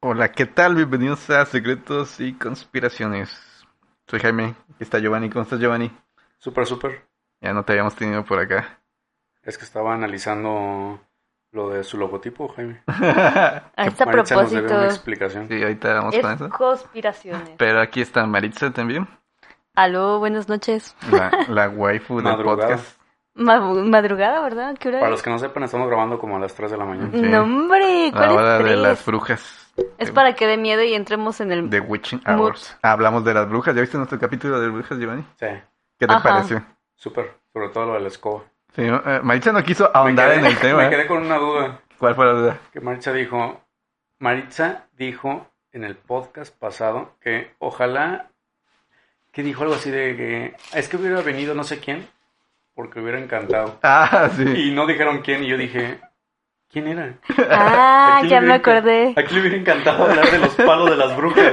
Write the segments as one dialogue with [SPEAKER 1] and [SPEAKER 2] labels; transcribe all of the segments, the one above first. [SPEAKER 1] Hola, ¿qué tal? Bienvenidos a Secretos y Conspiraciones. Soy Jaime, aquí está Giovanni. ¿Cómo estás, Giovanni?
[SPEAKER 2] Súper, súper.
[SPEAKER 1] Ya no te habíamos tenido por acá.
[SPEAKER 2] Es que estaba analizando lo de su logotipo, Jaime.
[SPEAKER 1] sí,
[SPEAKER 3] Ah, A este
[SPEAKER 2] Maritza nos debe una
[SPEAKER 3] propósito,
[SPEAKER 2] explicación.
[SPEAKER 1] ahorita vamos con
[SPEAKER 3] es
[SPEAKER 1] eso.
[SPEAKER 3] conspiraciones.
[SPEAKER 1] Pero aquí está Maritza también,
[SPEAKER 3] Aló, buenas noches.
[SPEAKER 1] la, la waifu del
[SPEAKER 2] Madrugada.
[SPEAKER 1] podcast.
[SPEAKER 3] Ma- madrugada, ¿verdad? ¿Qué hora
[SPEAKER 2] Para
[SPEAKER 3] es?
[SPEAKER 2] los que no sepan, estamos grabando como a las 3 de la mañana.
[SPEAKER 1] sí.
[SPEAKER 3] No, hombre,
[SPEAKER 1] La
[SPEAKER 3] ¿cuál
[SPEAKER 1] hora
[SPEAKER 3] es
[SPEAKER 1] de
[SPEAKER 3] tres?
[SPEAKER 1] las brujas.
[SPEAKER 3] Es para que dé miedo y entremos en el...
[SPEAKER 1] De Witching
[SPEAKER 3] Mu-
[SPEAKER 1] Hours. Ah, Hablamos de las brujas. ¿Ya viste nuestro capítulo de brujas, Giovanni?
[SPEAKER 2] Sí,
[SPEAKER 1] ¿Qué te
[SPEAKER 3] Ajá.
[SPEAKER 1] pareció?
[SPEAKER 2] súper. Sobre todo lo de la escoba.
[SPEAKER 1] Sí, eh, Maritza no quiso
[SPEAKER 2] Me
[SPEAKER 1] ahondar
[SPEAKER 2] quedé-
[SPEAKER 1] en el tema.
[SPEAKER 2] Me
[SPEAKER 1] ¿eh?
[SPEAKER 2] quedé con una duda.
[SPEAKER 1] ¿Cuál fue la duda?
[SPEAKER 2] Que Maritza dijo... Maritza dijo en el podcast pasado que ojalá... Que dijo algo así de que... Es que hubiera venido no sé quién porque hubiera encantado.
[SPEAKER 1] Ah, sí.
[SPEAKER 2] Y no dijeron quién y yo dije... ¿Quién era?
[SPEAKER 3] Ah,
[SPEAKER 2] Aquí
[SPEAKER 3] ya me
[SPEAKER 2] hubiera encan-
[SPEAKER 3] acordé.
[SPEAKER 2] Aquí le hubiera encantado hablar de los palos de las brujas.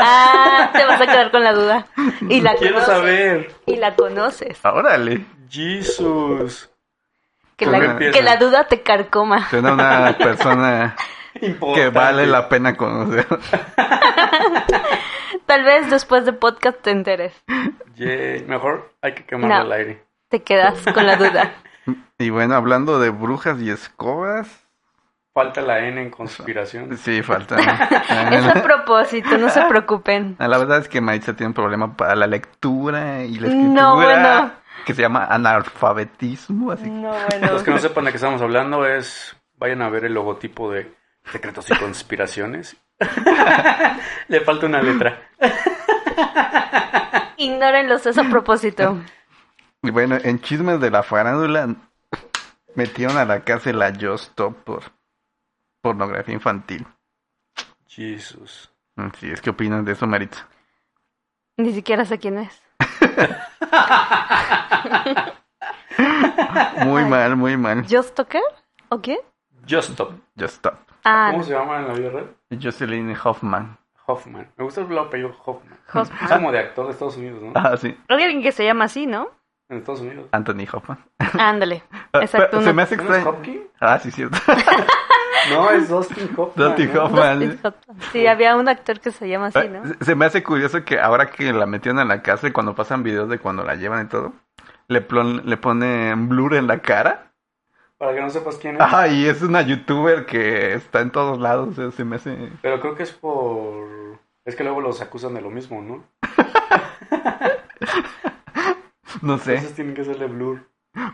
[SPEAKER 3] Ah, te vas a quedar con la duda. Y la
[SPEAKER 2] Quiero
[SPEAKER 3] conoces.
[SPEAKER 2] saber.
[SPEAKER 3] Y la conoces.
[SPEAKER 1] Ah, Órale.
[SPEAKER 2] Jesus.
[SPEAKER 3] Que
[SPEAKER 1] ¿Con qué
[SPEAKER 3] la,
[SPEAKER 2] empieza?
[SPEAKER 3] que la duda te carcoma.
[SPEAKER 1] Suena una persona
[SPEAKER 2] Importante.
[SPEAKER 1] que vale la pena conocer.
[SPEAKER 3] Tal vez después de podcast te enteres.
[SPEAKER 2] Yay. Mejor hay que quemarle
[SPEAKER 3] No.
[SPEAKER 2] el aire.
[SPEAKER 3] Te quedas con la duda.
[SPEAKER 1] Y bueno, hablando de brujas y escobas,
[SPEAKER 2] Falta la N en conspiración.
[SPEAKER 1] sí, falta. ¿no?
[SPEAKER 3] Es a propósito, no se preocupen.
[SPEAKER 1] Ah, La verdad es que Maritza tiene un problema para la lectura y la escritura,
[SPEAKER 3] No, bueno.
[SPEAKER 1] que se llama analfabetismo, así que
[SPEAKER 3] No,
[SPEAKER 2] Los que no
[SPEAKER 3] bueno.
[SPEAKER 2] sepan de qué estamos hablando es... Vayan a ver el logotipo de Secretos y Conspiraciones. le falta una letra.
[SPEAKER 3] Ignórenlos, es a propósito.
[SPEAKER 1] Y bueno, en chismes de la farándula metieron a la cárcel a Just Stop por pornografía infantil.
[SPEAKER 2] Jesus.
[SPEAKER 1] Sí, es que opinas de eso, Maritza.
[SPEAKER 3] Ni siquiera sé quién es.
[SPEAKER 1] Muy
[SPEAKER 3] Ay.
[SPEAKER 1] mal, muy mal.
[SPEAKER 3] ¿Just Tucker? ¿O qué?
[SPEAKER 2] Just Stop.
[SPEAKER 1] Just Stop.
[SPEAKER 3] Ah,
[SPEAKER 2] ¿Cómo se llama en la vida real?
[SPEAKER 1] Jocelyn Hoffman.
[SPEAKER 2] Hoffman. Me gusta el apellido Hoffman.
[SPEAKER 3] Hoffman.
[SPEAKER 2] Es como de actor de Estados Unidos, ¿no?
[SPEAKER 1] Ah, sí,
[SPEAKER 3] alguien que se llama así, ¿no?
[SPEAKER 2] En Estados Unidos.
[SPEAKER 1] Anthony Hoffman.
[SPEAKER 3] Ándale.
[SPEAKER 1] Ah,
[SPEAKER 3] Exacto,
[SPEAKER 1] pero Se
[SPEAKER 3] uno-
[SPEAKER 1] me hace
[SPEAKER 2] ¿No es
[SPEAKER 1] extraño.
[SPEAKER 2] Hopkins?
[SPEAKER 1] Ah, sí, cierto.
[SPEAKER 2] No, es Dustin Hoffman.
[SPEAKER 1] Dustin
[SPEAKER 2] ¿no?
[SPEAKER 1] Hoffman. Vale.
[SPEAKER 3] Dustin Hoffman. Ah, Sí, había un actor que se llama así, ¿no?
[SPEAKER 2] Ah,
[SPEAKER 1] Se- Se me hace curioso que ahora que la metieron a la casa y cuando pasan videos de cuando la llevan y todo, le, plon- le ponen blur en la cara.
[SPEAKER 2] Para que no sepas quién es.
[SPEAKER 1] Ah, y es una youtuber que está en todos lados. o sea, se me hace.
[SPEAKER 2] Pero creo que es por... Es que luego los acusan de lo mismo, ¿no?
[SPEAKER 1] No sé.
[SPEAKER 2] Entonces tienen que hacerle blur.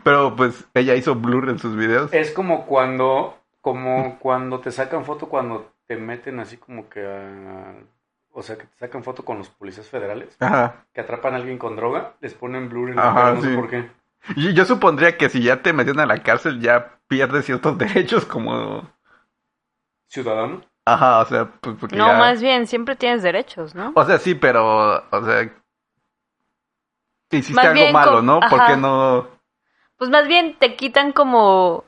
[SPEAKER 1] Pero pues ella hizo blur en sus videos.
[SPEAKER 3] Eh.
[SPEAKER 2] Es como cuando, como cuando te sacan foto, cuando te meten así como que a- O sea, que te sacan foto con los policías federales,
[SPEAKER 1] Ajá.
[SPEAKER 2] que atrapan a alguien con droga, les ponen blur en la
[SPEAKER 1] Ajá,
[SPEAKER 2] cara, no sé
[SPEAKER 1] sí.
[SPEAKER 2] por qué.
[SPEAKER 1] Yo, yo supondría que si ya te metieron a la cárcel, ya pierdes ciertos derechos como.
[SPEAKER 2] Ciudadano.
[SPEAKER 1] Ajá, o sea, pues porque.
[SPEAKER 3] No,
[SPEAKER 1] ya-
[SPEAKER 3] más bien, siempre tienes derechos, ¿no?
[SPEAKER 1] O sea, sí, pero. O sea. Hiciste
[SPEAKER 3] Más
[SPEAKER 1] algo
[SPEAKER 3] bien
[SPEAKER 1] malo,
[SPEAKER 3] con-
[SPEAKER 1] ¿no? ¿Por
[SPEAKER 3] ajá.
[SPEAKER 1] qué no.?
[SPEAKER 3] Pues más bien te quitan como...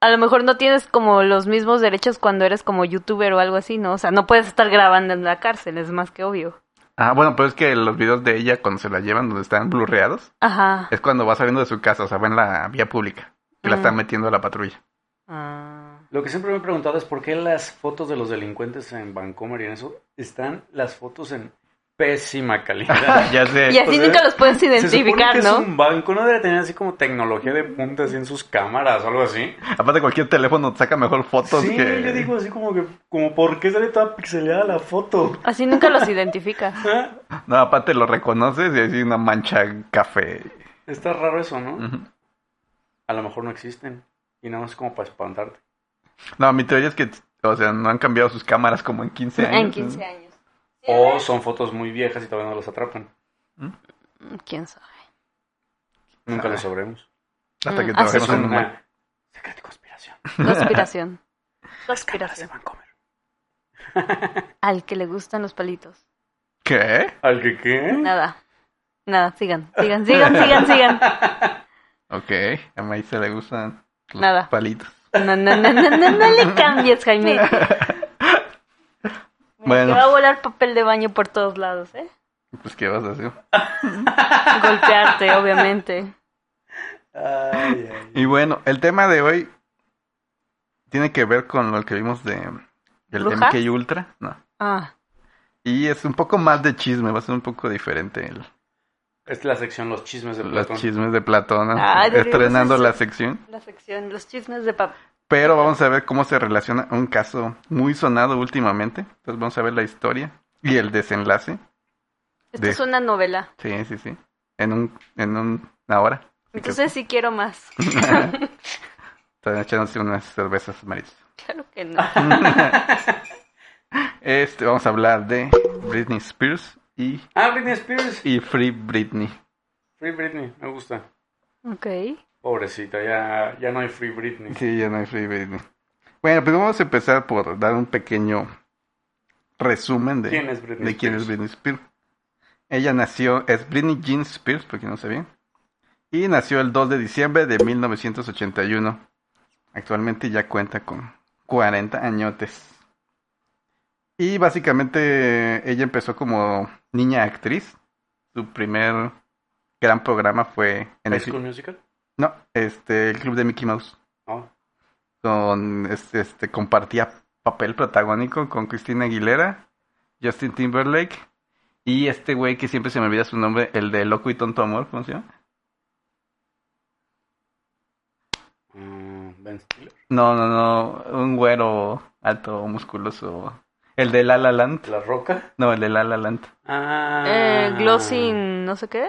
[SPEAKER 3] A lo mejor no tienes como los mismos derechos cuando eres como youtuber o algo así, ¿no? O sea, no puedes estar grabando en la cárcel, es más que obvio.
[SPEAKER 1] Ah, bueno, pero es que los videos de ella cuando se la llevan donde están blurreados
[SPEAKER 3] Ajá.
[SPEAKER 1] es cuando va saliendo de su casa, o sea, va en la vía pública que la
[SPEAKER 3] Mm.
[SPEAKER 1] están metiendo a la patrulla.
[SPEAKER 3] Ah.
[SPEAKER 2] Lo que siempre me he preguntado es por qué las fotos de los delincuentes en Vancomer y en eso están las fotos en pésima calidad.
[SPEAKER 1] ya sé.
[SPEAKER 3] Y así
[SPEAKER 2] pues,
[SPEAKER 3] nunca los puedes
[SPEAKER 2] Se supone
[SPEAKER 3] identificar,
[SPEAKER 2] que
[SPEAKER 3] ¿no?
[SPEAKER 2] es un banco, no debe tener así como tecnología de punta así en sus cámaras o algo así.
[SPEAKER 1] Aparte cualquier teléfono saca mejor fotos
[SPEAKER 2] sí,
[SPEAKER 1] que
[SPEAKER 2] yo digo así como que, como por qué sale toda pixelada la foto.
[SPEAKER 3] Así nunca los identificas.
[SPEAKER 1] No, aparte lo reconoces y así una mancha café.
[SPEAKER 2] Está raro eso, ¿no?
[SPEAKER 1] Ujú.
[SPEAKER 2] A lo mejor no existen. Y nada más como para espantarte.
[SPEAKER 1] No, mi teoría es que o sea, no han cambiado sus cámaras como en 15 años.
[SPEAKER 3] En 15 años.
[SPEAKER 2] O son fotos muy viejas y todavía no los atrapan.
[SPEAKER 3] Mm, ¿Quién sabe?
[SPEAKER 2] Nunca lo sabremos.
[SPEAKER 1] Hasta que
[SPEAKER 3] Mm, así
[SPEAKER 1] trabajemos
[SPEAKER 2] Es
[SPEAKER 3] son
[SPEAKER 1] en un banco.
[SPEAKER 2] una secreta conspiración.
[SPEAKER 3] Conspiración.
[SPEAKER 2] Cámaras de
[SPEAKER 3] Conspiración.
[SPEAKER 2] Vancomer.
[SPEAKER 3] Al que le gustan los palitos.
[SPEAKER 1] ¿Qué?
[SPEAKER 2] ¿Al que qué?
[SPEAKER 3] Nada. Nada, sigan, sigan, sigan, sigan, sigan.
[SPEAKER 1] Ok, a Maísa le gustan los
[SPEAKER 3] Nada.
[SPEAKER 1] palitos.
[SPEAKER 3] No, no, no, no, no, no le cambies, Jaime.
[SPEAKER 1] Bueno.
[SPEAKER 3] Te va a volar papel de baño por todos lados, ¿eh?
[SPEAKER 1] Pues ¿qué vas a hacer?
[SPEAKER 3] Golpearte, obviamente.
[SPEAKER 2] Ay, ay.
[SPEAKER 1] Y bueno, el tema de hoy tiene que ver con lo que vimos de del
[SPEAKER 3] ¿Brujas?
[SPEAKER 1] MK Ultra, no,
[SPEAKER 3] Ah,
[SPEAKER 1] Y es un poco más de chisme, va a ser un poco diferente el-
[SPEAKER 2] Es la sección Los chismes de
[SPEAKER 1] los
[SPEAKER 2] Platón.
[SPEAKER 1] chismes de Platón, ¿no?
[SPEAKER 3] Ah, deberíamos
[SPEAKER 1] estrenando la
[SPEAKER 3] hacer-
[SPEAKER 1] sección.
[SPEAKER 3] la sección, los chismes de papá.
[SPEAKER 1] Pero vamos a ver cómo se relaciona un caso muy sonado últimamente. Entonces vamos a ver la historia y el desenlace.
[SPEAKER 3] Esto
[SPEAKER 1] De-
[SPEAKER 3] es una novela.
[SPEAKER 1] Sí, sí, sí. En un, en un- una hora.
[SPEAKER 3] Entonces sí quiero más.
[SPEAKER 1] Están echándose unas cervezas, Maris.
[SPEAKER 3] Claro que no.
[SPEAKER 1] Este, vamos a hablar de Britney Spears y,
[SPEAKER 2] Ah, Britney Spears.
[SPEAKER 1] y Free Britney.
[SPEAKER 2] Free Britney, me gusta.
[SPEAKER 3] Ok.
[SPEAKER 2] Pobrecita, ya, ya no hay Free Britney.
[SPEAKER 1] Sí, ya no hay Free Britney. Bueno, pues vamos a empezar por dar un pequeño resumen de
[SPEAKER 2] ¿Quién es Britney
[SPEAKER 1] de quién es
[SPEAKER 2] Spears?
[SPEAKER 1] Britney Spears. Ella nació, es Britney Jean Spears, porque no sabía. Y nació el 2 de diciembre de 1981. Actualmente ya cuenta con 40 añotes. Y básicamente ella empezó como niña actriz. Su primer gran programa fue en
[SPEAKER 2] High
[SPEAKER 1] el,
[SPEAKER 2] School Musical. Ah,
[SPEAKER 1] no, este, el Club de Mickey Mouse.
[SPEAKER 2] No.
[SPEAKER 1] Con, este, este, compartía papel protagónico con Cristina Aguilera, Justin Timberlake y este güey que siempre se me olvida su nombre, el de Loco y Tonto Amor, ¿cómo se llama?
[SPEAKER 2] Mm, ben Stiller.
[SPEAKER 1] No, no, no, un güero alto, musculoso. El de La La Land.
[SPEAKER 2] La Roca.
[SPEAKER 1] No, el de La La Land.
[SPEAKER 2] Ah.
[SPEAKER 3] Eh, Glossing, no sé qué.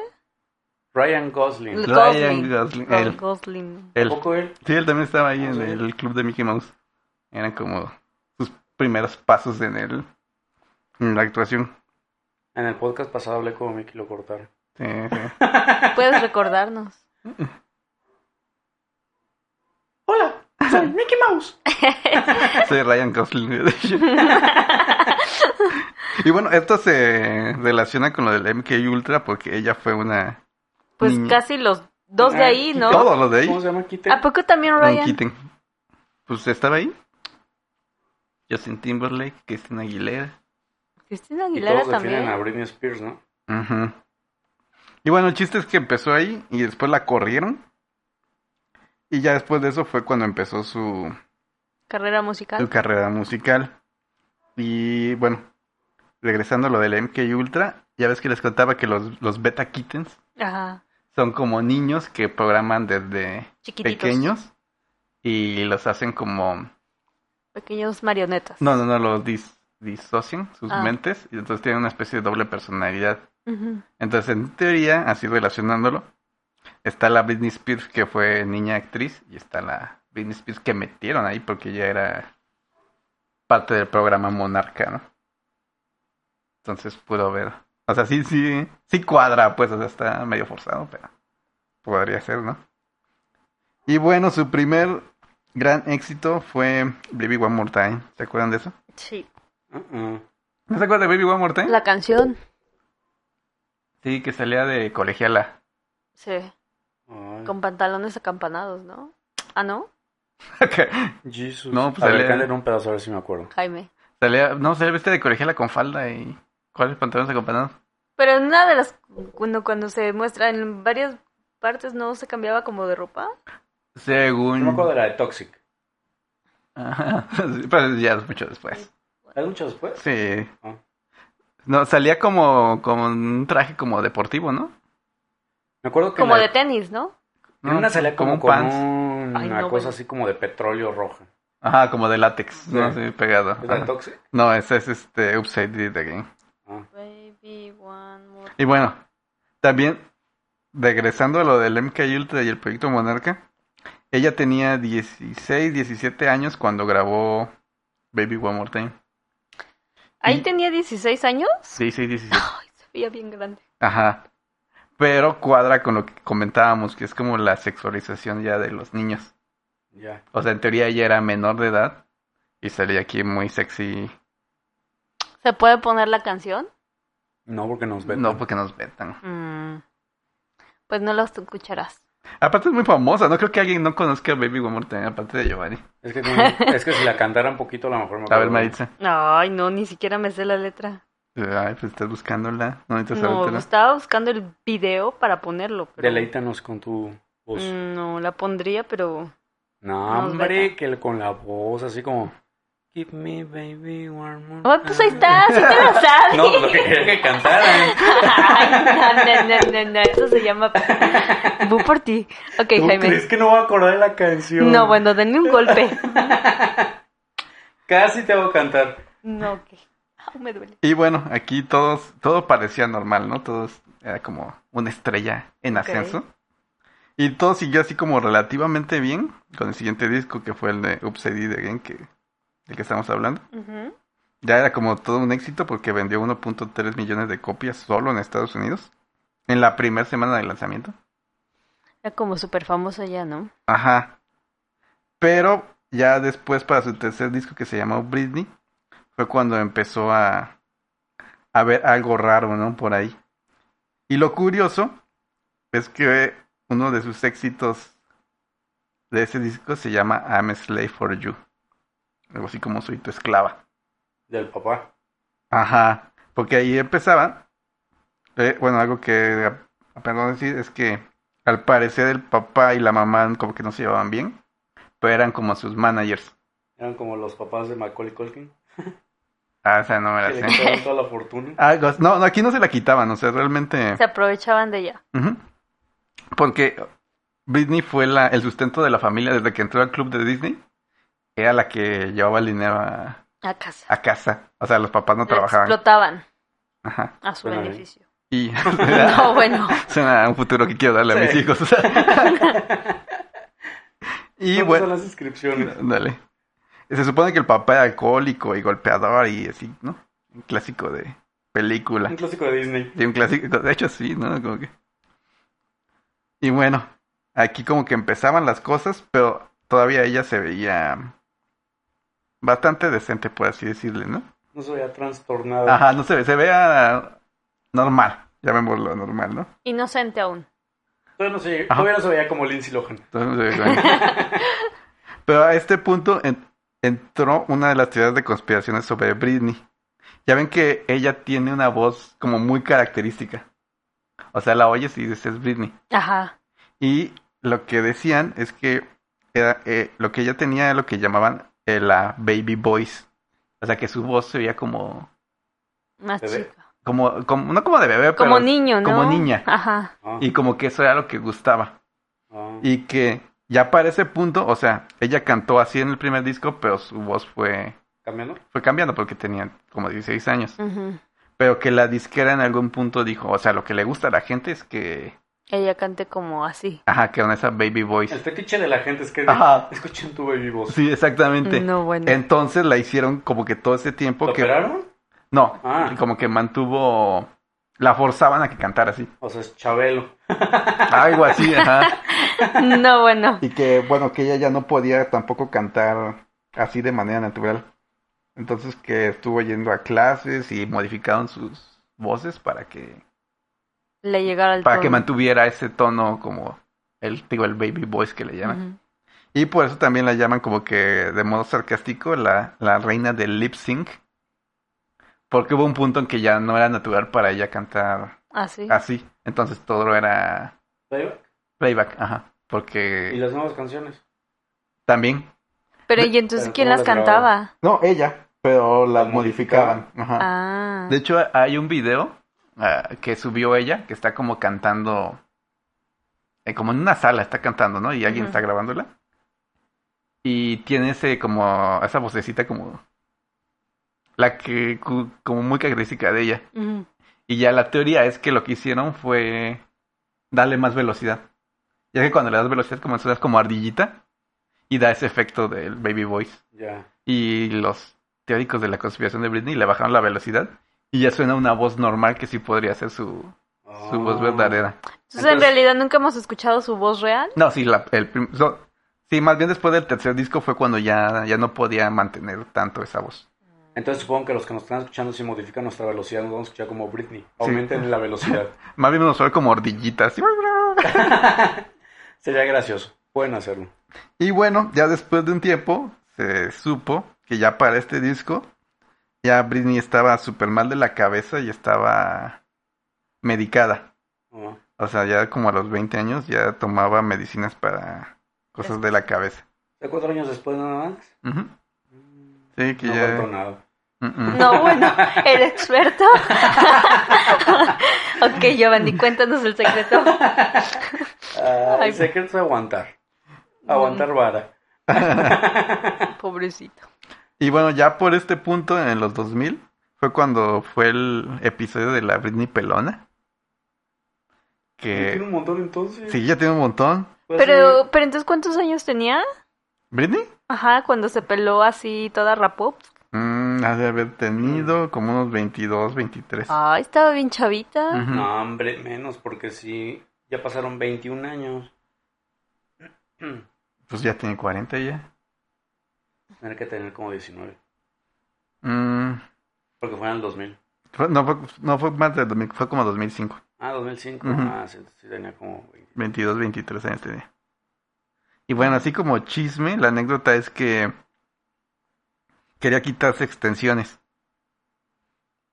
[SPEAKER 2] Ryan Gosling.
[SPEAKER 3] El
[SPEAKER 1] Ryan
[SPEAKER 3] Gosling.
[SPEAKER 1] Gosling.
[SPEAKER 3] Ryan
[SPEAKER 1] Él,
[SPEAKER 3] Gosling.
[SPEAKER 1] él.
[SPEAKER 2] ¿Tampoco él?
[SPEAKER 1] Sí, él también estaba ahí
[SPEAKER 2] Ah,
[SPEAKER 1] en
[SPEAKER 2] sí.
[SPEAKER 1] el club de Mickey Mouse. Eran como sus primeros pasos en el, en la actuación.
[SPEAKER 2] En el podcast pasado hablé con Mickey y lo cortaron.
[SPEAKER 1] Sí, sí.
[SPEAKER 3] Puedes recordarnos.
[SPEAKER 2] Hola, soy Mickey Mouse.
[SPEAKER 1] Soy Ryan Gosling. de hecho. y bueno, esto se relaciona con lo del MK Ultra porque ella fue una...
[SPEAKER 3] Pues
[SPEAKER 1] niña-
[SPEAKER 3] casi los dos
[SPEAKER 2] Ah,
[SPEAKER 3] de ahí, ¿no?
[SPEAKER 1] Todos los de ahí.
[SPEAKER 2] ¿Cómo se llama Kitten?
[SPEAKER 3] ¿A poco también
[SPEAKER 1] No,
[SPEAKER 3] Ah, Ryan?
[SPEAKER 1] quiten. Pues estaba ahí. Justin Timberlake, Cristina Aguilera.
[SPEAKER 3] Cristina
[SPEAKER 2] y
[SPEAKER 3] Aguilera
[SPEAKER 2] todos defienden a
[SPEAKER 3] pues, también.
[SPEAKER 2] Britney Spears, ¿no?
[SPEAKER 1] Ujú. Y bueno, el chiste es que empezó ahí y después la corrieron. Y ya después de eso fue cuando empezó su,
[SPEAKER 3] Carrera
[SPEAKER 1] su
[SPEAKER 3] musical.
[SPEAKER 1] carrera musical. Y bueno, regresando a lo del MK Ultra, ya ves que les contaba que los, los beta kittens
[SPEAKER 3] Ajá.
[SPEAKER 1] son como niños que programan desde
[SPEAKER 3] Chiquititos.
[SPEAKER 1] pequeños y los hacen como
[SPEAKER 3] Pequeños marionetas.
[SPEAKER 1] no no no los dis- disocian sus
[SPEAKER 3] Ah.
[SPEAKER 1] mentes y entonces tienen una especie de doble personalidad
[SPEAKER 3] Ujú.
[SPEAKER 1] entonces en teoría así relacionándolo está la Britney Spears que fue niña actriz y está la Britney Spears que metieron ahí porque ella era parte del programa Monarca no entonces pudo ver o sea sí sí sí cuadra pues o sea está medio forzado pero podría ser no y bueno su primer gran éxito fue Baby One More Time se acuerdan de eso
[SPEAKER 3] Sí.
[SPEAKER 2] Uh-uh.
[SPEAKER 1] ¿No se acuerdan de Baby One More Time?
[SPEAKER 3] La canción.
[SPEAKER 1] Sí, que salía de colegiala.
[SPEAKER 3] Sí.
[SPEAKER 2] Ay,
[SPEAKER 3] Con pantalones acampanados, ¿no? Ah, ¿no?
[SPEAKER 2] Jesus.
[SPEAKER 1] No, pues
[SPEAKER 2] a ver,
[SPEAKER 1] sale-
[SPEAKER 2] cántale un pedazo a ver si me acuerdo.
[SPEAKER 3] Jaime.
[SPEAKER 1] salía, no, salía vestida de colegiala con falda y... ¿Cuáles pantalones acompañados?
[SPEAKER 3] Pero en una de las... Cuando, cuando se muestra en varias partes, ¿no se cambiaba como de ropa?
[SPEAKER 2] Yo me acuerdo
[SPEAKER 1] Según...
[SPEAKER 2] de la de Toxic.
[SPEAKER 1] Ajá, sí, pero ya es mucho después.
[SPEAKER 2] ¿Hay mucho después?
[SPEAKER 1] Sí.
[SPEAKER 2] Ah.
[SPEAKER 1] No, salía como con un traje como deportivo, ¿no?
[SPEAKER 2] Me acuerdo que
[SPEAKER 3] Como
[SPEAKER 2] la-
[SPEAKER 3] de tenis, ¿no?
[SPEAKER 2] en una
[SPEAKER 1] No,
[SPEAKER 2] salía como,
[SPEAKER 1] un
[SPEAKER 2] con
[SPEAKER 1] pants.
[SPEAKER 2] un-
[SPEAKER 3] Ay,
[SPEAKER 2] una
[SPEAKER 3] no,
[SPEAKER 2] cosa
[SPEAKER 3] bueno.
[SPEAKER 2] así como de petróleo roja.
[SPEAKER 1] Ajá, como de látex, ¿no?
[SPEAKER 2] Sí.
[SPEAKER 1] Sí, pegado.
[SPEAKER 2] ¿Es la de
[SPEAKER 1] Ajá.
[SPEAKER 2] Toxic?
[SPEAKER 1] No, ese es este Upside Down Again.
[SPEAKER 2] Ah.
[SPEAKER 3] Baby, one more...
[SPEAKER 1] Y bueno, también regresando a lo del MK Ultra y el proyecto Monarca, ella tenía 16, 17 años cuando grabó Baby One More Time.
[SPEAKER 3] ¿Ahí
[SPEAKER 1] Y-
[SPEAKER 3] tenía 16 años?
[SPEAKER 1] 16, 17.
[SPEAKER 3] Ay, se veía bien grande.
[SPEAKER 1] Ajá. Pero cuadra con lo que comentábamos, que es como la sexualización ya de los niños.
[SPEAKER 2] Ya.
[SPEAKER 1] O sea, en teoría ella era menor de edad y salía aquí muy sexy.
[SPEAKER 3] ¿Se puede poner la canción?
[SPEAKER 2] No, porque nos ven.
[SPEAKER 1] No, pues- porque nos vetan.
[SPEAKER 3] Mm. Pues no la escucharás.
[SPEAKER 1] Aparte es muy famosa, no creo que alguien no conozca a Baby One More Time, aparte de Giovanni.
[SPEAKER 2] Es que, tiene- es que si la cantara un poquito, a lo mejor me
[SPEAKER 1] A ver,
[SPEAKER 2] acuerdo.
[SPEAKER 1] Maritza.
[SPEAKER 3] Ay, no, ni siquiera me sé la letra.
[SPEAKER 1] Ay, pues estás buscándola. No necesitas
[SPEAKER 3] No,
[SPEAKER 1] sabértela.
[SPEAKER 3] estaba buscando el video para ponerlo. Pero...
[SPEAKER 2] Deleítanos con tu voz.
[SPEAKER 3] Mm, No, la pondría, pero...
[SPEAKER 2] No,
[SPEAKER 3] Nos
[SPEAKER 2] hombre,
[SPEAKER 3] veta.
[SPEAKER 2] que el- con la voz así como... Give me baby one more.
[SPEAKER 3] Ay, pues ahí está, sí te lo sabes.
[SPEAKER 2] No, pues, lo que quería que ¿eh? cantaran.
[SPEAKER 3] Ay, no, no, no, no, eso se llama Bu por ti. Ok,
[SPEAKER 2] ¿Tú
[SPEAKER 3] Jaime.
[SPEAKER 2] crees que no va a acordar de la canción?
[SPEAKER 3] No, bueno, denme un golpe.
[SPEAKER 2] Casi te voy a cantar.
[SPEAKER 3] No, ok. Au, me duele.
[SPEAKER 1] Y bueno, aquí todos, todo parecía normal, ¿no? Todos era como una estrella en
[SPEAKER 3] Ok.
[SPEAKER 1] ascenso. Y todo siguió así como relativamente bien con el siguiente disco que fue el de Upside de Again, que, del que estamos hablando.
[SPEAKER 3] Ujú.
[SPEAKER 1] Ya era como todo un éxito porque vendió 1.3 millones de copias solo en Estados Unidos en la primera semana de lanzamiento.
[SPEAKER 3] Era como súper famoso ya, ¿no?
[SPEAKER 1] Ajá. Pero ya después para su tercer disco que se llamó Britney, fue cuando empezó a, a ver algo raro, ¿no? Por ahí. Y lo curioso es que uno de sus éxitos de ese disco se llama I'm a Slave for You. Algo así como soy tu esclava.
[SPEAKER 2] Del papá.
[SPEAKER 1] Ajá, porque ahí empezaba. eh, bueno, algo que ah, perdón decir es que al parecer el papá y la mamá como que no se llevaban bien, pero eran como sus managers.
[SPEAKER 2] Eran como los papás de Macaulay Culkin.
[SPEAKER 1] Ah, o sea, no me la
[SPEAKER 2] Que le
[SPEAKER 1] sé.
[SPEAKER 2] quitaron toda la fortuna.
[SPEAKER 1] Algo, no, no, aquí no se la quitaban, o sea, realmente.
[SPEAKER 3] Se aprovechaban de ella.
[SPEAKER 1] Ujú. Porque Britney fue la, el sustento de la familia desde que entró al club de Disney. Era la que llevaba el dinero a,
[SPEAKER 3] A casa.
[SPEAKER 1] a casa. O sea, los papás Ah, no
[SPEAKER 3] La
[SPEAKER 1] trabajaban.
[SPEAKER 3] Explotaban
[SPEAKER 1] Ajá.
[SPEAKER 3] a su
[SPEAKER 2] Suena bien.
[SPEAKER 3] beneficio.
[SPEAKER 1] Y
[SPEAKER 3] No, bueno.
[SPEAKER 1] Suena a un futuro que quiero darle a mis
[SPEAKER 2] Sí.
[SPEAKER 1] hijos. y
[SPEAKER 2] ¿Dónde
[SPEAKER 1] bueno,
[SPEAKER 2] son las inscripciones?
[SPEAKER 1] dale. Se supone que el papá era alcohólico y golpeador y así, ¿no? Un clásico de película.
[SPEAKER 2] Un clásico de Disney.
[SPEAKER 1] Sí, un clásico, de hecho sí, ¿no? Como que... Y bueno, aquí como que empezaban las cosas, pero todavía ella se veía bastante decente, por así decirle, ¿no?
[SPEAKER 2] No se veía trastornado.
[SPEAKER 1] Ajá, no se ve, se vea normal, llamémoslo normal, ¿no?
[SPEAKER 3] Inocente aún.
[SPEAKER 2] Todavía no, se,
[SPEAKER 1] Ajá.
[SPEAKER 2] todavía no se veía como Lindsay Lohan.
[SPEAKER 1] Entonces, bueno. Pero a este punto en- entró una de las teorías de conspiraciones sobre Britney. Ya ven que ella tiene una voz como muy característica. O sea, la oyes y dices es Britney.
[SPEAKER 3] Ajá.
[SPEAKER 1] Y lo que decían es que era, eh, lo que ella tenía era lo que llamaban eh, la baby voice. O sea, que su voz se veía como,
[SPEAKER 3] Más
[SPEAKER 2] Bebé.
[SPEAKER 3] chica.
[SPEAKER 1] como, como- no como de bebé,
[SPEAKER 3] Como
[SPEAKER 1] pero
[SPEAKER 3] niño, ¿no?
[SPEAKER 1] como niña.
[SPEAKER 3] Ajá.
[SPEAKER 2] Ah,
[SPEAKER 1] y como que eso era lo que gustaba.
[SPEAKER 2] ah.
[SPEAKER 1] Y que ya para ese punto, o sea, ella cantó así en el primer disco, pero su voz fue,
[SPEAKER 2] ¿Cambiando?
[SPEAKER 1] fue cambiando porque tenía como 16 años.
[SPEAKER 3] Ujú.
[SPEAKER 1] Pero que la disquera en algún punto dijo, o sea, lo que le gusta a la gente es que,
[SPEAKER 3] Ella cante como así.
[SPEAKER 1] ajá, que con esa baby
[SPEAKER 2] El
[SPEAKER 1] voice.
[SPEAKER 2] fetiche de la gente es que
[SPEAKER 1] Ajá.
[SPEAKER 2] escuchen tu baby voz.
[SPEAKER 1] Sí, exactamente.
[SPEAKER 3] No, bueno.
[SPEAKER 1] Entonces la hicieron como que todo ese tiempo
[SPEAKER 2] ¿Lo
[SPEAKER 1] que...
[SPEAKER 2] operaron?
[SPEAKER 1] No,
[SPEAKER 2] Ah.
[SPEAKER 1] como que mantuvo... La forzaban a que cantara así.
[SPEAKER 2] O sea, es Chabelo.
[SPEAKER 1] Algo así, ajá.
[SPEAKER 3] No, bueno.
[SPEAKER 1] Y que, bueno, que ella ya no podía tampoco cantar así de manera natural. Entonces que estuvo yendo a clases y modificaron sus voces para que
[SPEAKER 3] Le llegara al
[SPEAKER 1] para que
[SPEAKER 3] tono.
[SPEAKER 1] mantuviera ese tono como el digo el baby voice que le llaman.
[SPEAKER 3] Ujú.
[SPEAKER 1] Y por eso también la llaman como que de modo sarcástico la, la reina del lip sync. Porque hubo un punto en que ya no era natural para ella cantar
[SPEAKER 3] Así.
[SPEAKER 1] así. Entonces todo era playback, ajá. Porque
[SPEAKER 2] Y las nuevas canciones.
[SPEAKER 1] también
[SPEAKER 3] Pero ¿y entonces
[SPEAKER 2] Pero
[SPEAKER 3] quién
[SPEAKER 2] ¿cómo
[SPEAKER 3] las
[SPEAKER 2] las grababa?
[SPEAKER 3] cantaba?
[SPEAKER 1] No, ella, pero la
[SPEAKER 2] La modificaban.
[SPEAKER 1] Ah, modificaban. Ajá.
[SPEAKER 3] Ah.
[SPEAKER 1] De hecho, hay un video ah, que subió ella, que está como cantando, eh, como en una sala está cantando, ¿no? Y alguien
[SPEAKER 3] Ujú.
[SPEAKER 1] está grabándola. Y tiene ese como, esa vocecita como, la que, cu- como muy característica de ella.
[SPEAKER 3] Ujú.
[SPEAKER 1] Y ya la teoría es que lo que hicieron fue darle más velocidad. Ya que cuando le das velocidad, como suenas como ardillita y da ese efecto del baby voice.
[SPEAKER 2] Ya.
[SPEAKER 1] Y los teóricos de la conspiración de Britney le bajaron la velocidad y ya suena una voz normal que sí podría ser su, su
[SPEAKER 2] Ah.
[SPEAKER 1] voz verdadera.
[SPEAKER 3] Entonces, en
[SPEAKER 2] Entonces-
[SPEAKER 3] realidad nunca hemos escuchado su voz real.
[SPEAKER 1] No, sí, la, el prim- so- sí, más bien después del tercer disco fue cuando ya, ya no podía mantener tanto esa voz.
[SPEAKER 2] Ah. Entonces supongo que los que nos están escuchando si modifican nuestra velocidad nos vamos a escuchar como Britney. Aumenten la velocidad.
[SPEAKER 1] Más bien nos fue como ordillitas.
[SPEAKER 2] Sería gracioso. Pueden hacerlo.
[SPEAKER 1] Y bueno, ya después de un tiempo se supo que ya para este disco ya Britney estaba súper mal de la cabeza y estaba medicada.
[SPEAKER 2] Ah.
[SPEAKER 1] O sea, ya como a los 20 años ya tomaba medicinas para cosas de la cabeza.
[SPEAKER 2] ¿De cuatro años después nada más?
[SPEAKER 1] Ujú.
[SPEAKER 2] Mm.
[SPEAKER 1] Sí, que
[SPEAKER 2] No
[SPEAKER 1] ya.
[SPEAKER 2] faltó nada.
[SPEAKER 1] Mm, mm.
[SPEAKER 3] No, bueno, el experto. ok, Giovanni, cuéntanos el secreto.
[SPEAKER 2] Ah,
[SPEAKER 3] Ay.
[SPEAKER 2] el secreto es aguantar. Aguantar vara.
[SPEAKER 3] Pobrecito.
[SPEAKER 1] Y bueno, ya por este punto, en los 2000, fue cuando fue el episodio de la Britney Pelona.
[SPEAKER 2] Tiene
[SPEAKER 1] Que
[SPEAKER 2] un montón entonces. Pues,
[SPEAKER 1] sí, ya tiene un montón.
[SPEAKER 2] Fue hace-
[SPEAKER 3] Pero, pero entonces, ¿cuántos años tenía?
[SPEAKER 1] ¿Britney?
[SPEAKER 3] Ajá, cuando se peló así, toda rapó.
[SPEAKER 1] Mm, ha de haber
[SPEAKER 2] Mm.
[SPEAKER 1] tenido como unos 22, 23.
[SPEAKER 3] Ay, estaba bien chavita.
[SPEAKER 1] Ujú.
[SPEAKER 2] No, hombre, menos, porque sí, ya pasaron 21 años.
[SPEAKER 1] Pues ya tiene 40 ya.
[SPEAKER 2] Tendría que tener como 19,
[SPEAKER 1] Mm,
[SPEAKER 2] porque fue en el 2000.
[SPEAKER 1] fue- no, fue, no fue más de 2000, fue como 2005.
[SPEAKER 2] Ah, 2005,
[SPEAKER 1] Ujú.
[SPEAKER 2] ah, sí, sí tenía como 20.
[SPEAKER 1] 22, 23 años tenía. Y bueno, así como chisme, la anécdota es que quería quitarse extensiones.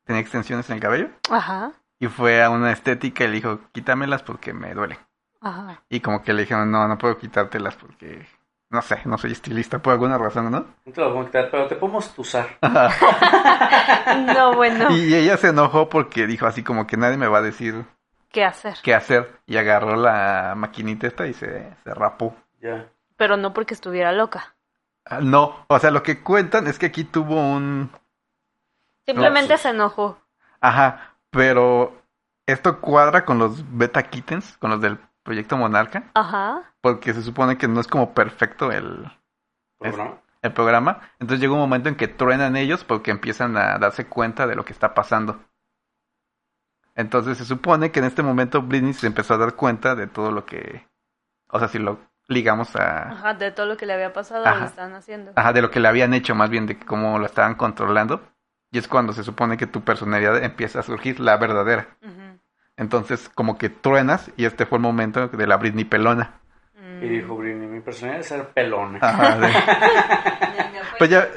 [SPEAKER 1] Tenía extensiones en el cabello.
[SPEAKER 3] Ajá,
[SPEAKER 1] Y fue a una estética y le dijo, quítamelas porque me duele.
[SPEAKER 3] ajá.
[SPEAKER 1] Y como que le dijeron, no, no puedo quitártelas porque, no sé, no soy estilista por alguna razón, ¿no?
[SPEAKER 2] No te las voy a quitar, pero te podemos tusar.
[SPEAKER 1] Ah.
[SPEAKER 3] No, bueno,
[SPEAKER 1] Y ella se enojó porque dijo así como que nadie me va a decir
[SPEAKER 3] ¿qué hacer?
[SPEAKER 1] qué hacer. Y agarró la maquinita esta y se, se rapó.
[SPEAKER 2] Ya.
[SPEAKER 3] Pero no porque estuviera loca.
[SPEAKER 1] Ah, No, o sea, lo que cuentan es que aquí tuvo un...
[SPEAKER 3] Simplemente
[SPEAKER 1] No, sí.
[SPEAKER 3] se enojó.
[SPEAKER 1] Ajá, pero esto cuadra con los beta kittens, con los del proyecto Monarca,
[SPEAKER 3] Ajá.
[SPEAKER 1] porque se supone que no es como perfecto el,
[SPEAKER 2] ¿Por
[SPEAKER 1] Es-
[SPEAKER 2] programa?
[SPEAKER 1] el programa. Entonces llega un momento en que truenan ellos porque empiezan a darse cuenta de lo que está pasando. Entonces se supone que en este momento Britney se empezó a dar cuenta de todo lo que. O sea, si lo ligamos a.
[SPEAKER 3] Ajá, de todo lo que le había pasado,
[SPEAKER 1] Ajá. Ah.
[SPEAKER 3] lo están haciendo.
[SPEAKER 1] Ajá, de lo que le habían hecho, más bien de cómo lo estaban controlando. Y es cuando se supone que tu personalidad empieza a surgir la verdadera.
[SPEAKER 3] Ujú.
[SPEAKER 1] Entonces, como que truenas, y este fue el momento de la Britney pelona.
[SPEAKER 3] Mm.
[SPEAKER 2] Y dijo Britney, mi personalidad es ser pelona.
[SPEAKER 1] Ajá, de- Pues ya.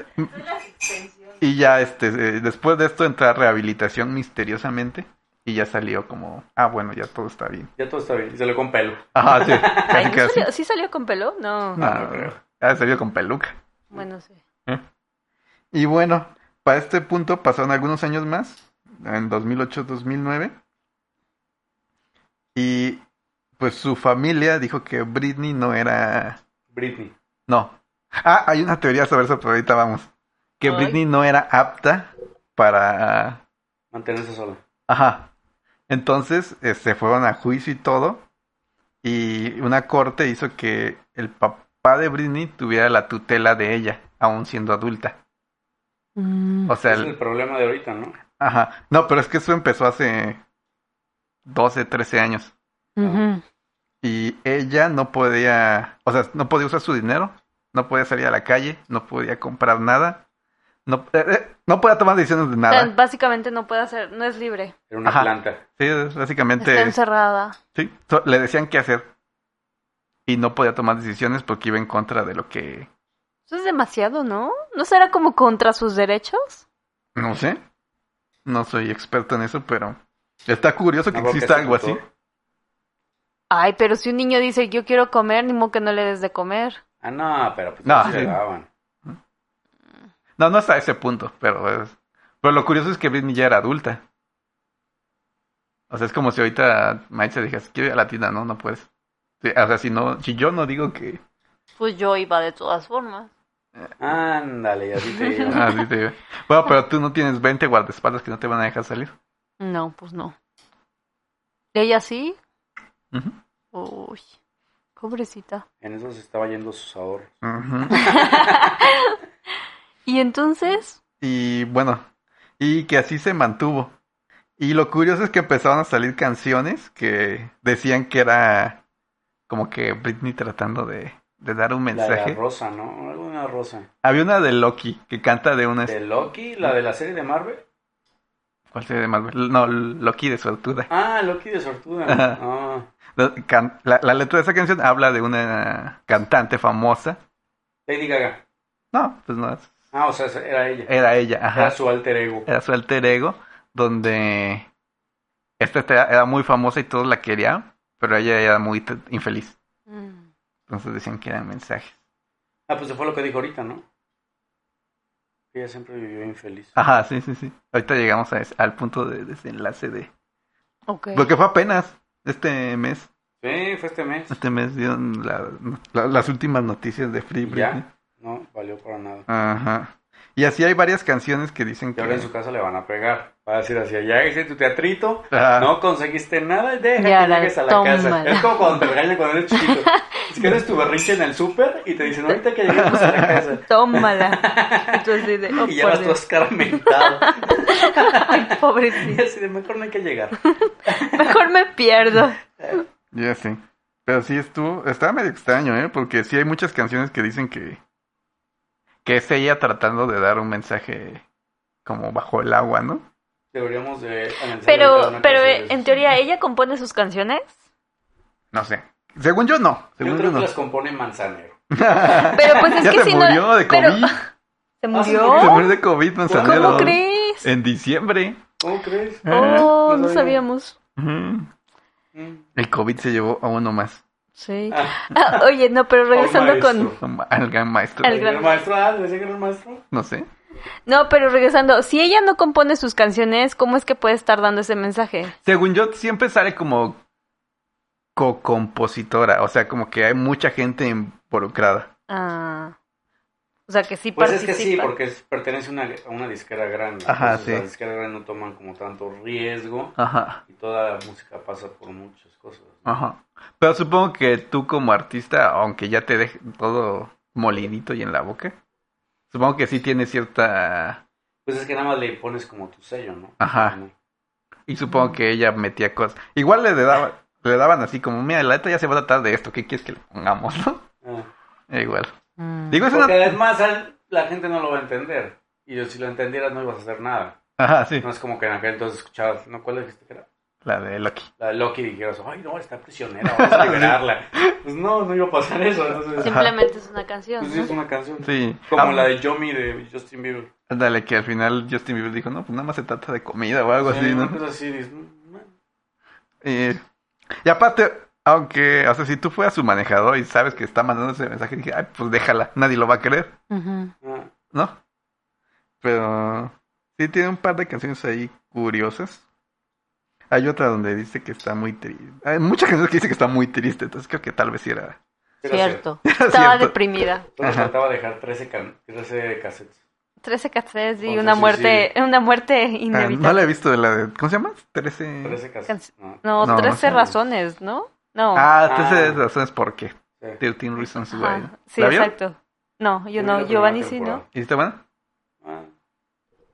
[SPEAKER 1] Y ya, este, eh, después de esto entra a rehabilitación misteriosamente y ya salió como, ah, bueno, ya todo está bien.
[SPEAKER 2] Ya todo está bien, y salió con pelo.
[SPEAKER 1] Ajá, sí,
[SPEAKER 3] Ay,
[SPEAKER 1] casi
[SPEAKER 3] ¿no
[SPEAKER 1] casi.
[SPEAKER 3] salió- ¿Sí salió con pelo? No.
[SPEAKER 1] No,
[SPEAKER 2] No creo.
[SPEAKER 1] ha salido con peluca.
[SPEAKER 3] Bueno, sí.
[SPEAKER 1] Y bueno, para este punto pasaron algunos años más, en 2008-2009, y pues su familia dijo que Britney no era...
[SPEAKER 2] Britney.
[SPEAKER 1] No. Ah, hay una teoría sobre eso, pero ahorita vamos. Que
[SPEAKER 3] Ay.
[SPEAKER 1] Britney no era apta para
[SPEAKER 2] Mantenerse sola.
[SPEAKER 1] Ajá. Entonces, este, fueron a juicio y todo. Y una corte hizo que el papá de Britney tuviera la tutela de ella, aún siendo adulta. O sea,
[SPEAKER 2] Ese es el
[SPEAKER 1] el-
[SPEAKER 2] problema de ahorita, ¿no?
[SPEAKER 1] ajá. No, pero es que eso empezó hace 12, 13 años.
[SPEAKER 3] Ujú.
[SPEAKER 1] Y ella no podía, o sea, no podía usar su dinero, no podía salir a la calle, no podía comprar nada, no, eh, eh, no podía tomar decisiones de
[SPEAKER 3] O sea,
[SPEAKER 1] nada.
[SPEAKER 3] básicamente no puede hacer, no es libre.
[SPEAKER 2] Era una
[SPEAKER 1] Ajá.
[SPEAKER 2] planta.
[SPEAKER 1] Sí, es
[SPEAKER 3] Está
[SPEAKER 1] básicamente...
[SPEAKER 3] encerrada.
[SPEAKER 1] Sí, so- le decían qué hacer. Y no podía tomar decisiones porque iba en contra de lo que...
[SPEAKER 3] Eso es demasiado, ¿no? ¿No será como contra sus derechos?
[SPEAKER 1] No sé. No soy experto en eso, pero... Está curioso que
[SPEAKER 2] Una boca
[SPEAKER 1] exista algo así.
[SPEAKER 2] ejecutor.
[SPEAKER 3] Ay, pero si un niño dice yo quiero comer, ni modo que no le des de comer.
[SPEAKER 2] Ah, no, pero pues
[SPEAKER 1] No,
[SPEAKER 2] no se
[SPEAKER 1] sí.
[SPEAKER 2] daban.
[SPEAKER 1] No, no hasta ese punto, pero es... Pero lo curioso es que Britney ya era adulta. O sea, es como si ahorita Maite dijeras, quiero ir a la tienda, ¿no? No puedes. Sí, o sea, si, no, si yo no digo que...
[SPEAKER 3] Pues yo iba de todas formas.
[SPEAKER 2] Ándale, así te digo.
[SPEAKER 1] Ah, sí, sí. Bueno, pero tú no tienes 20 guardaespaldas que no te van a dejar salir.
[SPEAKER 3] No, pues no. ¿Ella sí?
[SPEAKER 1] Ujú.
[SPEAKER 3] Uy, pobrecita.
[SPEAKER 2] En eso se estaba yendo sus ahorros.
[SPEAKER 1] Ujú.
[SPEAKER 3] ¿Y entonces?
[SPEAKER 1] Y bueno, y que así se mantuvo. Y lo curioso es que empezaron a salir canciones que decían que era como que Britney tratando de, de dar un
[SPEAKER 2] La de la
[SPEAKER 1] mensaje.
[SPEAKER 2] rosa, ¿no? Alguna rosa.
[SPEAKER 1] Había una de Loki que canta de una...
[SPEAKER 2] ¿De Loki? ¿La de la serie de Marvel?
[SPEAKER 1] ¿Cuál sería de Marvel? No, Loki de suertuda.
[SPEAKER 2] Ah, Loki de Sortuda.
[SPEAKER 1] Ajá.
[SPEAKER 2] Ah,
[SPEAKER 1] La, can- la- la letra de esa canción habla de una cantante famosa.
[SPEAKER 2] Lady Gaga.
[SPEAKER 1] No, pues no,
[SPEAKER 2] Ah, o sea, era ella.
[SPEAKER 1] era ella, Eh, ajá.
[SPEAKER 2] Era su alter ego.
[SPEAKER 1] era su alter ego, donde esta esta era muy famosa y todos la querían, pero ella era muy t- infeliz.
[SPEAKER 3] Mm.
[SPEAKER 1] Entonces decían que eran mensajes.
[SPEAKER 2] Ah, pues fue lo que dijo ahorita, ¿no? Ella siempre vivió infeliz.
[SPEAKER 1] Ajá, sí, sí, sí. Ahorita llegamos a es- al punto de desenlace de...
[SPEAKER 3] Ok.
[SPEAKER 1] Porque fue apenas este mes.
[SPEAKER 2] Sí, fue este mes.
[SPEAKER 1] Este mes dieron la- la- las últimas noticias de Free
[SPEAKER 2] Y
[SPEAKER 1] Britney.
[SPEAKER 2] ya no valió para nada.
[SPEAKER 1] Ajá. Y así hay varias canciones que dicen
[SPEAKER 2] Y
[SPEAKER 1] que...
[SPEAKER 2] ahora en su casa le van a pegar. Va a decir así, ya hice tu teatrito,
[SPEAKER 1] Ajá.
[SPEAKER 2] no conseguiste nada, deja
[SPEAKER 3] Ya
[SPEAKER 2] que
[SPEAKER 3] la
[SPEAKER 2] llegues a la casa.
[SPEAKER 3] tómala.
[SPEAKER 2] Es como cuando te regañan cuando eres chiquito. Es que eres tu berrinche en el súper y te dicen, ahorita que lleguemos a la casa.
[SPEAKER 3] Tómala. Entonces, así de, oh,
[SPEAKER 2] Y
[SPEAKER 3] por
[SPEAKER 2] llevas todo
[SPEAKER 3] Dios.
[SPEAKER 2] escarmentado.
[SPEAKER 3] Ay,
[SPEAKER 2] Y
[SPEAKER 3] pobrecito.
[SPEAKER 2] así de, mejor no hay que llegar.
[SPEAKER 3] Mejor me pierdo.
[SPEAKER 1] Ya sí. Pero sí estuvo, estaba medio extraño, ¿eh? Porque sí hay muchas canciones que dicen que, que es ella tratando de dar un mensaje como bajo el agua, ¿no?
[SPEAKER 2] Deberíamos de analizar ahorita
[SPEAKER 3] Pero,
[SPEAKER 2] una
[SPEAKER 3] pero
[SPEAKER 2] canción de
[SPEAKER 3] en
[SPEAKER 2] esas.
[SPEAKER 3] teoría, ¿ella compone sus canciones?
[SPEAKER 1] No sé. Según yo no.
[SPEAKER 2] Yo
[SPEAKER 1] Según
[SPEAKER 2] creo
[SPEAKER 1] no.
[SPEAKER 2] que las compone Manzanero.
[SPEAKER 3] Pero pues es
[SPEAKER 1] ya
[SPEAKER 3] que
[SPEAKER 1] se
[SPEAKER 3] si
[SPEAKER 1] murió
[SPEAKER 3] no.
[SPEAKER 1] de
[SPEAKER 3] pero-
[SPEAKER 1] COVID.
[SPEAKER 3] ¿Se
[SPEAKER 2] murió?
[SPEAKER 1] Se
[SPEAKER 3] murió?
[SPEAKER 1] murió de COVID Manzanero.
[SPEAKER 3] ¿Cómo crees?
[SPEAKER 1] En diciembre.
[SPEAKER 2] ¿Cómo crees?
[SPEAKER 3] Oh,
[SPEAKER 2] Ah,
[SPEAKER 1] Ah.
[SPEAKER 2] No
[SPEAKER 3] no
[SPEAKER 2] sabía.
[SPEAKER 3] sabíamos.
[SPEAKER 1] Ujú.
[SPEAKER 2] Mm.
[SPEAKER 1] El COVID se llevó a uno más.
[SPEAKER 3] Sí.
[SPEAKER 2] Ah,
[SPEAKER 3] Ah, oye, no, pero regresando
[SPEAKER 2] al
[SPEAKER 3] con.
[SPEAKER 2] maestro.
[SPEAKER 1] Al gran maestro.
[SPEAKER 3] Al-
[SPEAKER 2] ¿El gran maestro? Ah, ¿decía que era el maestro?
[SPEAKER 1] No sé.
[SPEAKER 3] No, pero regresando. Si ella no compone sus canciones, ¿cómo es que puede estar dando ese mensaje?
[SPEAKER 1] Según yo, siempre sale como co-compositora. O sea, como que hay mucha gente involucrada.
[SPEAKER 3] Ah. O sea, que sí
[SPEAKER 2] Pues
[SPEAKER 3] participa.
[SPEAKER 2] es que sí, porque es- pertenece a una, a una disquera grande.
[SPEAKER 1] Ajá,
[SPEAKER 2] entonces
[SPEAKER 1] sí.
[SPEAKER 2] Las disqueras grandes no toman como tanto riesgo
[SPEAKER 1] Ajá.
[SPEAKER 2] y toda la música pasa por muchas cosas. ¿no?
[SPEAKER 1] Ajá. Pero supongo que tú como artista, aunque ya te deje todo molinito y en la boca, supongo que sí tienes cierta...
[SPEAKER 2] Pues es que nada más le pones como tu sello, ¿no?
[SPEAKER 1] Ajá.
[SPEAKER 2] Como-
[SPEAKER 1] Y supongo que ella metía cosas. Igual le daban, le daban así como, mira, la neta ya se va a tratar de esto, ¿qué quieres que le pongamos? no?
[SPEAKER 2] Ah.
[SPEAKER 1] Igual.
[SPEAKER 3] Mm.
[SPEAKER 1] Digo, Pues es
[SPEAKER 2] Porque
[SPEAKER 1] una...
[SPEAKER 2] además al- la gente no lo va a entender. Y yo, si lo entendieras no ibas a hacer nada.
[SPEAKER 1] Ajá, sí.
[SPEAKER 2] No es como que en aquel entonces escuchabas, ¿no? ¿Cuál dijiste que era?
[SPEAKER 1] La de Loki.
[SPEAKER 2] La de Loki y dijeras, ay no, está prisionera, vamos a liberarla. pues no, no iba a pasar eso. Entonces,
[SPEAKER 3] Simplemente es una canción.
[SPEAKER 2] pues sí, es
[SPEAKER 3] ¿no?
[SPEAKER 2] una canción.
[SPEAKER 1] Sí.
[SPEAKER 2] Como
[SPEAKER 1] Ah,
[SPEAKER 2] la de Yomi de Justin Bieber.
[SPEAKER 1] Ándale, que al final Justin Bieber dijo, no, pues nada más se trata de comida o algo
[SPEAKER 2] Sí,
[SPEAKER 1] así,
[SPEAKER 2] Eh, una
[SPEAKER 1] ¿no?
[SPEAKER 2] cosa así, dices, "Mm,
[SPEAKER 1] Eh, y aparte, aunque, o sea, si tú fueras su manejador y sabes que está mandando ese mensaje, dije, ay, pues déjala, nadie lo va a creer,
[SPEAKER 3] Ujú.
[SPEAKER 2] ah".
[SPEAKER 1] ¿no? Pero sí tiene un par de canciones ahí curiosas. Hay otra donde dice que está muy triste. Hay muchas canciones que dice que está muy triste, entonces creo que tal vez sí era.
[SPEAKER 2] Era
[SPEAKER 3] Cierto.
[SPEAKER 1] era
[SPEAKER 3] Estaba
[SPEAKER 1] cierto.
[SPEAKER 3] deprimida.
[SPEAKER 2] Solo
[SPEAKER 1] Ajá.
[SPEAKER 2] faltaba dejar 13, can 13 cassettes.
[SPEAKER 3] 13 cassettes y
[SPEAKER 2] Con
[SPEAKER 3] una
[SPEAKER 2] su
[SPEAKER 3] muerte, una muerte
[SPEAKER 1] Ah, no
[SPEAKER 3] inevitable.
[SPEAKER 1] la he visto de la de. ¿Cómo se llama? 13.
[SPEAKER 2] 13 cassettes. ah. No.
[SPEAKER 3] no,
[SPEAKER 1] No,
[SPEAKER 3] 13
[SPEAKER 1] sí.
[SPEAKER 3] razones, ¿no? No.
[SPEAKER 1] Ah,
[SPEAKER 2] Ah.
[SPEAKER 1] 13 razones por qué.
[SPEAKER 2] Sí.
[SPEAKER 1] 13 Reasons
[SPEAKER 3] Ajá.
[SPEAKER 1] Why.
[SPEAKER 3] Sí,
[SPEAKER 1] ¿La vieron?
[SPEAKER 3] exacto. No, yo
[SPEAKER 2] Vi
[SPEAKER 3] no,
[SPEAKER 2] la
[SPEAKER 3] Giovanni
[SPEAKER 2] primera
[SPEAKER 3] sí, ¿no?
[SPEAKER 2] temporada.
[SPEAKER 1] ¿Y está buena?
[SPEAKER 2] Ah,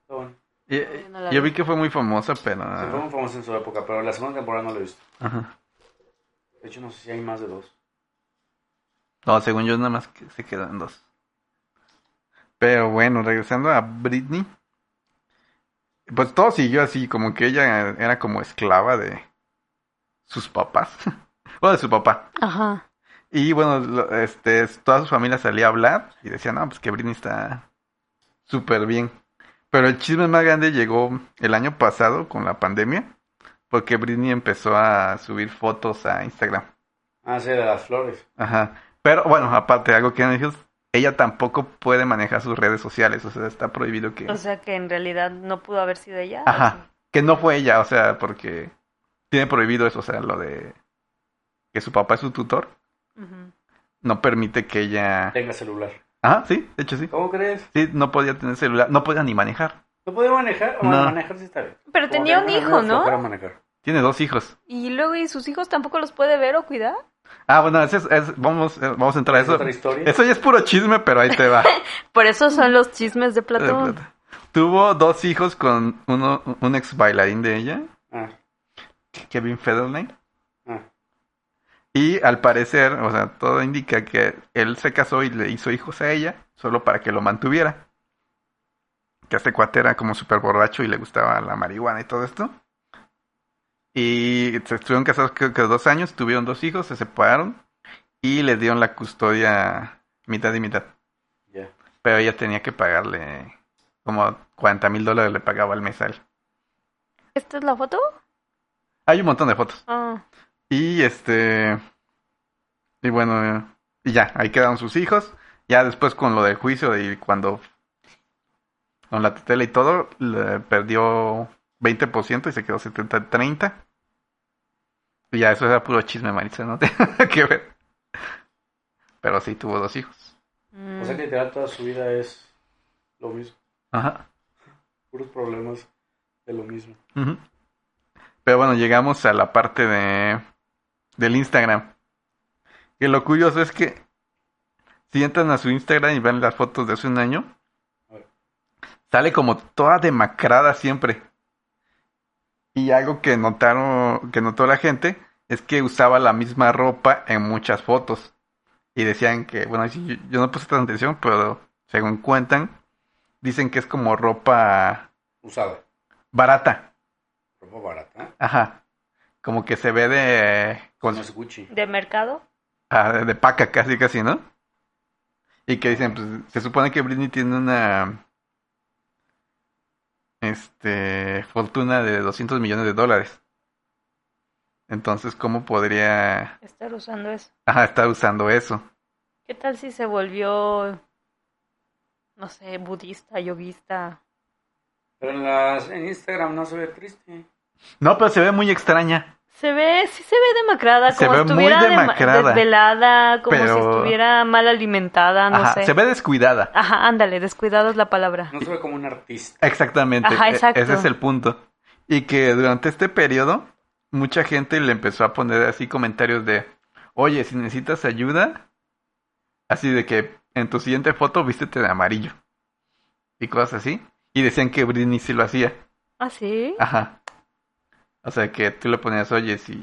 [SPEAKER 2] está bueno.
[SPEAKER 1] Y-
[SPEAKER 3] yo no la
[SPEAKER 1] yo
[SPEAKER 3] vi.
[SPEAKER 1] vi que fue muy famosa, pero.
[SPEAKER 2] Se fue muy famoso en su época, pero la segunda temporada no lo he visto.
[SPEAKER 1] Ajá.
[SPEAKER 2] De hecho, no sé si hay más de dos.
[SPEAKER 1] No, según yo nada más que se quedan dos. Pero bueno, regresando a Britney, pues todo siguió así, como que ella era como esclava de sus papás, o de su papá.
[SPEAKER 3] Ajá.
[SPEAKER 1] Y bueno, lo- este, toda su familia salía a hablar y decía, no, pues que Britney está súper bien. Pero el chisme más grande llegó el año pasado con la pandemia, porque Britney empezó a subir fotos a Instagram.
[SPEAKER 2] Ah, sí, de las flores.
[SPEAKER 1] Ajá. Pero bueno, aparte, algo que me dijo, ella tampoco puede manejar sus redes sociales, o sea, está prohibido que...
[SPEAKER 3] O sea que en realidad no pudo haber sido ella. ¿o
[SPEAKER 1] Ajá. Que no fue ella, o sea, porque tiene prohibido eso, o sea, lo de que su papá es su tutor,
[SPEAKER 3] sí? Ujú.
[SPEAKER 1] no permite que ella...
[SPEAKER 2] Tenga celular.
[SPEAKER 1] Ajá, sí, de hecho sí.
[SPEAKER 2] ¿Cómo crees?
[SPEAKER 1] Sí, no podía tener celular, no podía ni manejar.
[SPEAKER 2] ¿Lo podía manejar? Bueno,
[SPEAKER 1] No.
[SPEAKER 2] manejar sí está bien.
[SPEAKER 3] Pero
[SPEAKER 2] Como
[SPEAKER 3] tenía
[SPEAKER 2] que
[SPEAKER 3] un
[SPEAKER 2] me da
[SPEAKER 3] hijo,
[SPEAKER 2] flojera
[SPEAKER 3] ¿no?
[SPEAKER 2] manejar.
[SPEAKER 1] Tiene dos hijos.
[SPEAKER 3] Y luego, ¿y sus hijos tampoco los puede ver o cuidar?
[SPEAKER 1] Ah, bueno, ese es- es- vamos, eh, vamos a entrar a
[SPEAKER 2] ¿Es
[SPEAKER 1] eso.
[SPEAKER 2] otra historia?
[SPEAKER 1] Eso ya es puro chisme, pero ahí te va.
[SPEAKER 3] Por eso son los chismes de
[SPEAKER 1] De
[SPEAKER 3] Platón.
[SPEAKER 1] plata. Tuvo dos hijos con uno, un ex bailarín de ella,
[SPEAKER 2] Ah,
[SPEAKER 1] Kevin Federline.
[SPEAKER 2] ah.
[SPEAKER 1] Y al parecer, o sea, todo indica que él se casó y le hizo hijos a ella solo para que lo mantuviera. Que este cuate era como súper borracho y le gustaba la marihuana y todo esto. Y se estuvieron casados creo que dos años, tuvieron dos hijos, se separaron y les dieron la custodia mitad y mitad.
[SPEAKER 2] Ya.
[SPEAKER 1] Pero ella tenía que pagarle como 40 mil dólares le pagaba al mes a él.
[SPEAKER 3] ¿Esta es la foto?
[SPEAKER 1] Hay un montón de fotos.
[SPEAKER 3] Ah.
[SPEAKER 1] Y este. Y bueno, eh, y ya, ahí quedaron sus hijos. Ya después con lo del juicio y cuando con la tutela y todo, le perdió 20% y se quedó 70-30. Y ya eso era puro chisme, Maritza, no tenía nada que ver. Pero sí tuvo dos hijos.
[SPEAKER 2] O
[SPEAKER 3] mm,
[SPEAKER 2] sea que literal toda su vida es lo mismo.
[SPEAKER 1] Ajá.
[SPEAKER 2] Puros problemas de lo mismo.
[SPEAKER 1] Ujú. Pero bueno, llegamos a la parte de del Instagram. Que lo curioso es que si entran a su Instagram y ven las fotos de hace un año, sale como toda demacrada siempre. Y algo que notaron, que notó la gente, es que usaba la misma ropa en muchas fotos. Y decían que, bueno, sí, yo, yo no puse tanta atención, pero según cuentan, dicen que es como ropa
[SPEAKER 2] Usada,
[SPEAKER 1] barata.
[SPEAKER 2] ropa barata.
[SPEAKER 1] Ajá. Como que se ve de, con-
[SPEAKER 2] No es Gucci.
[SPEAKER 3] ¿De mercado?
[SPEAKER 1] ah, de de paca casi, casi, ¿no? Y que dicen, pues se supone que Britney tiene una este fortuna de 200 millones de dólares. Entonces, ¿cómo podría
[SPEAKER 3] Estar usando eso.
[SPEAKER 1] ajá, estar usando eso?
[SPEAKER 3] ¿Qué tal si se volvió, no sé, budista, yoguista?
[SPEAKER 2] Pero en, las, en Instagram no se ve triste.
[SPEAKER 1] No, pero se ve muy extraña.
[SPEAKER 3] Se ve, sí se ve demacrada,
[SPEAKER 1] Se
[SPEAKER 3] como
[SPEAKER 1] ve
[SPEAKER 3] si
[SPEAKER 1] muy
[SPEAKER 3] estuviera dema-
[SPEAKER 1] demacrada.
[SPEAKER 3] desvelada, como si
[SPEAKER 1] Pero-
[SPEAKER 3] estuviera mal alimentada, Ah, no
[SPEAKER 1] Ajá,
[SPEAKER 3] sé.
[SPEAKER 1] se ve descuidada.
[SPEAKER 3] Ajá, ándale, descuidado es la palabra.
[SPEAKER 2] No se ve como un artista.
[SPEAKER 1] Exactamente.
[SPEAKER 3] Ajá,
[SPEAKER 1] e-
[SPEAKER 3] exacto.
[SPEAKER 1] Ese es el punto. Y que durante este periodo, mucha gente le empezó a poner así comentarios de, oye, si necesitas ayuda, así de que en tu siguiente foto vístete de amarillo. Y cosas así. Y decían que Britney sí lo hacía.
[SPEAKER 3] ¿Ah, sí?
[SPEAKER 1] Ajá. O sea que tú le ponías, oye, si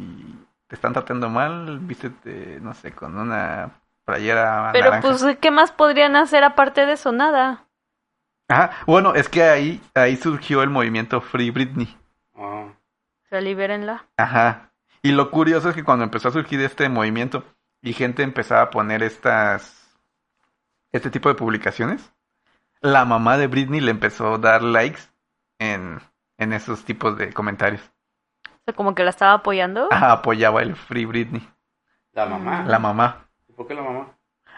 [SPEAKER 1] te están tratando mal, vístete, no sé, con una playera
[SPEAKER 3] Pero
[SPEAKER 1] Ah, naranja.
[SPEAKER 3] pues, ¿qué más podrían hacer aparte de eso? Nada.
[SPEAKER 1] Ajá. Bueno, es que ahí, ahí surgió el movimiento Free Britney.
[SPEAKER 2] Ah,
[SPEAKER 3] O sea, libérenla.
[SPEAKER 1] Ajá. Y lo curioso es que cuando empezó a surgir este movimiento y gente empezaba a poner estas este tipo de publicaciones, la mamá de Britney le empezó a dar likes en, en esos tipos de comentarios.
[SPEAKER 3] O sea, como que la estaba apoyando.
[SPEAKER 1] Ajá, apoyaba el Free Britney,
[SPEAKER 2] la mamá.
[SPEAKER 1] Mm. la mamá.
[SPEAKER 2] ¿Y por qué la mamá?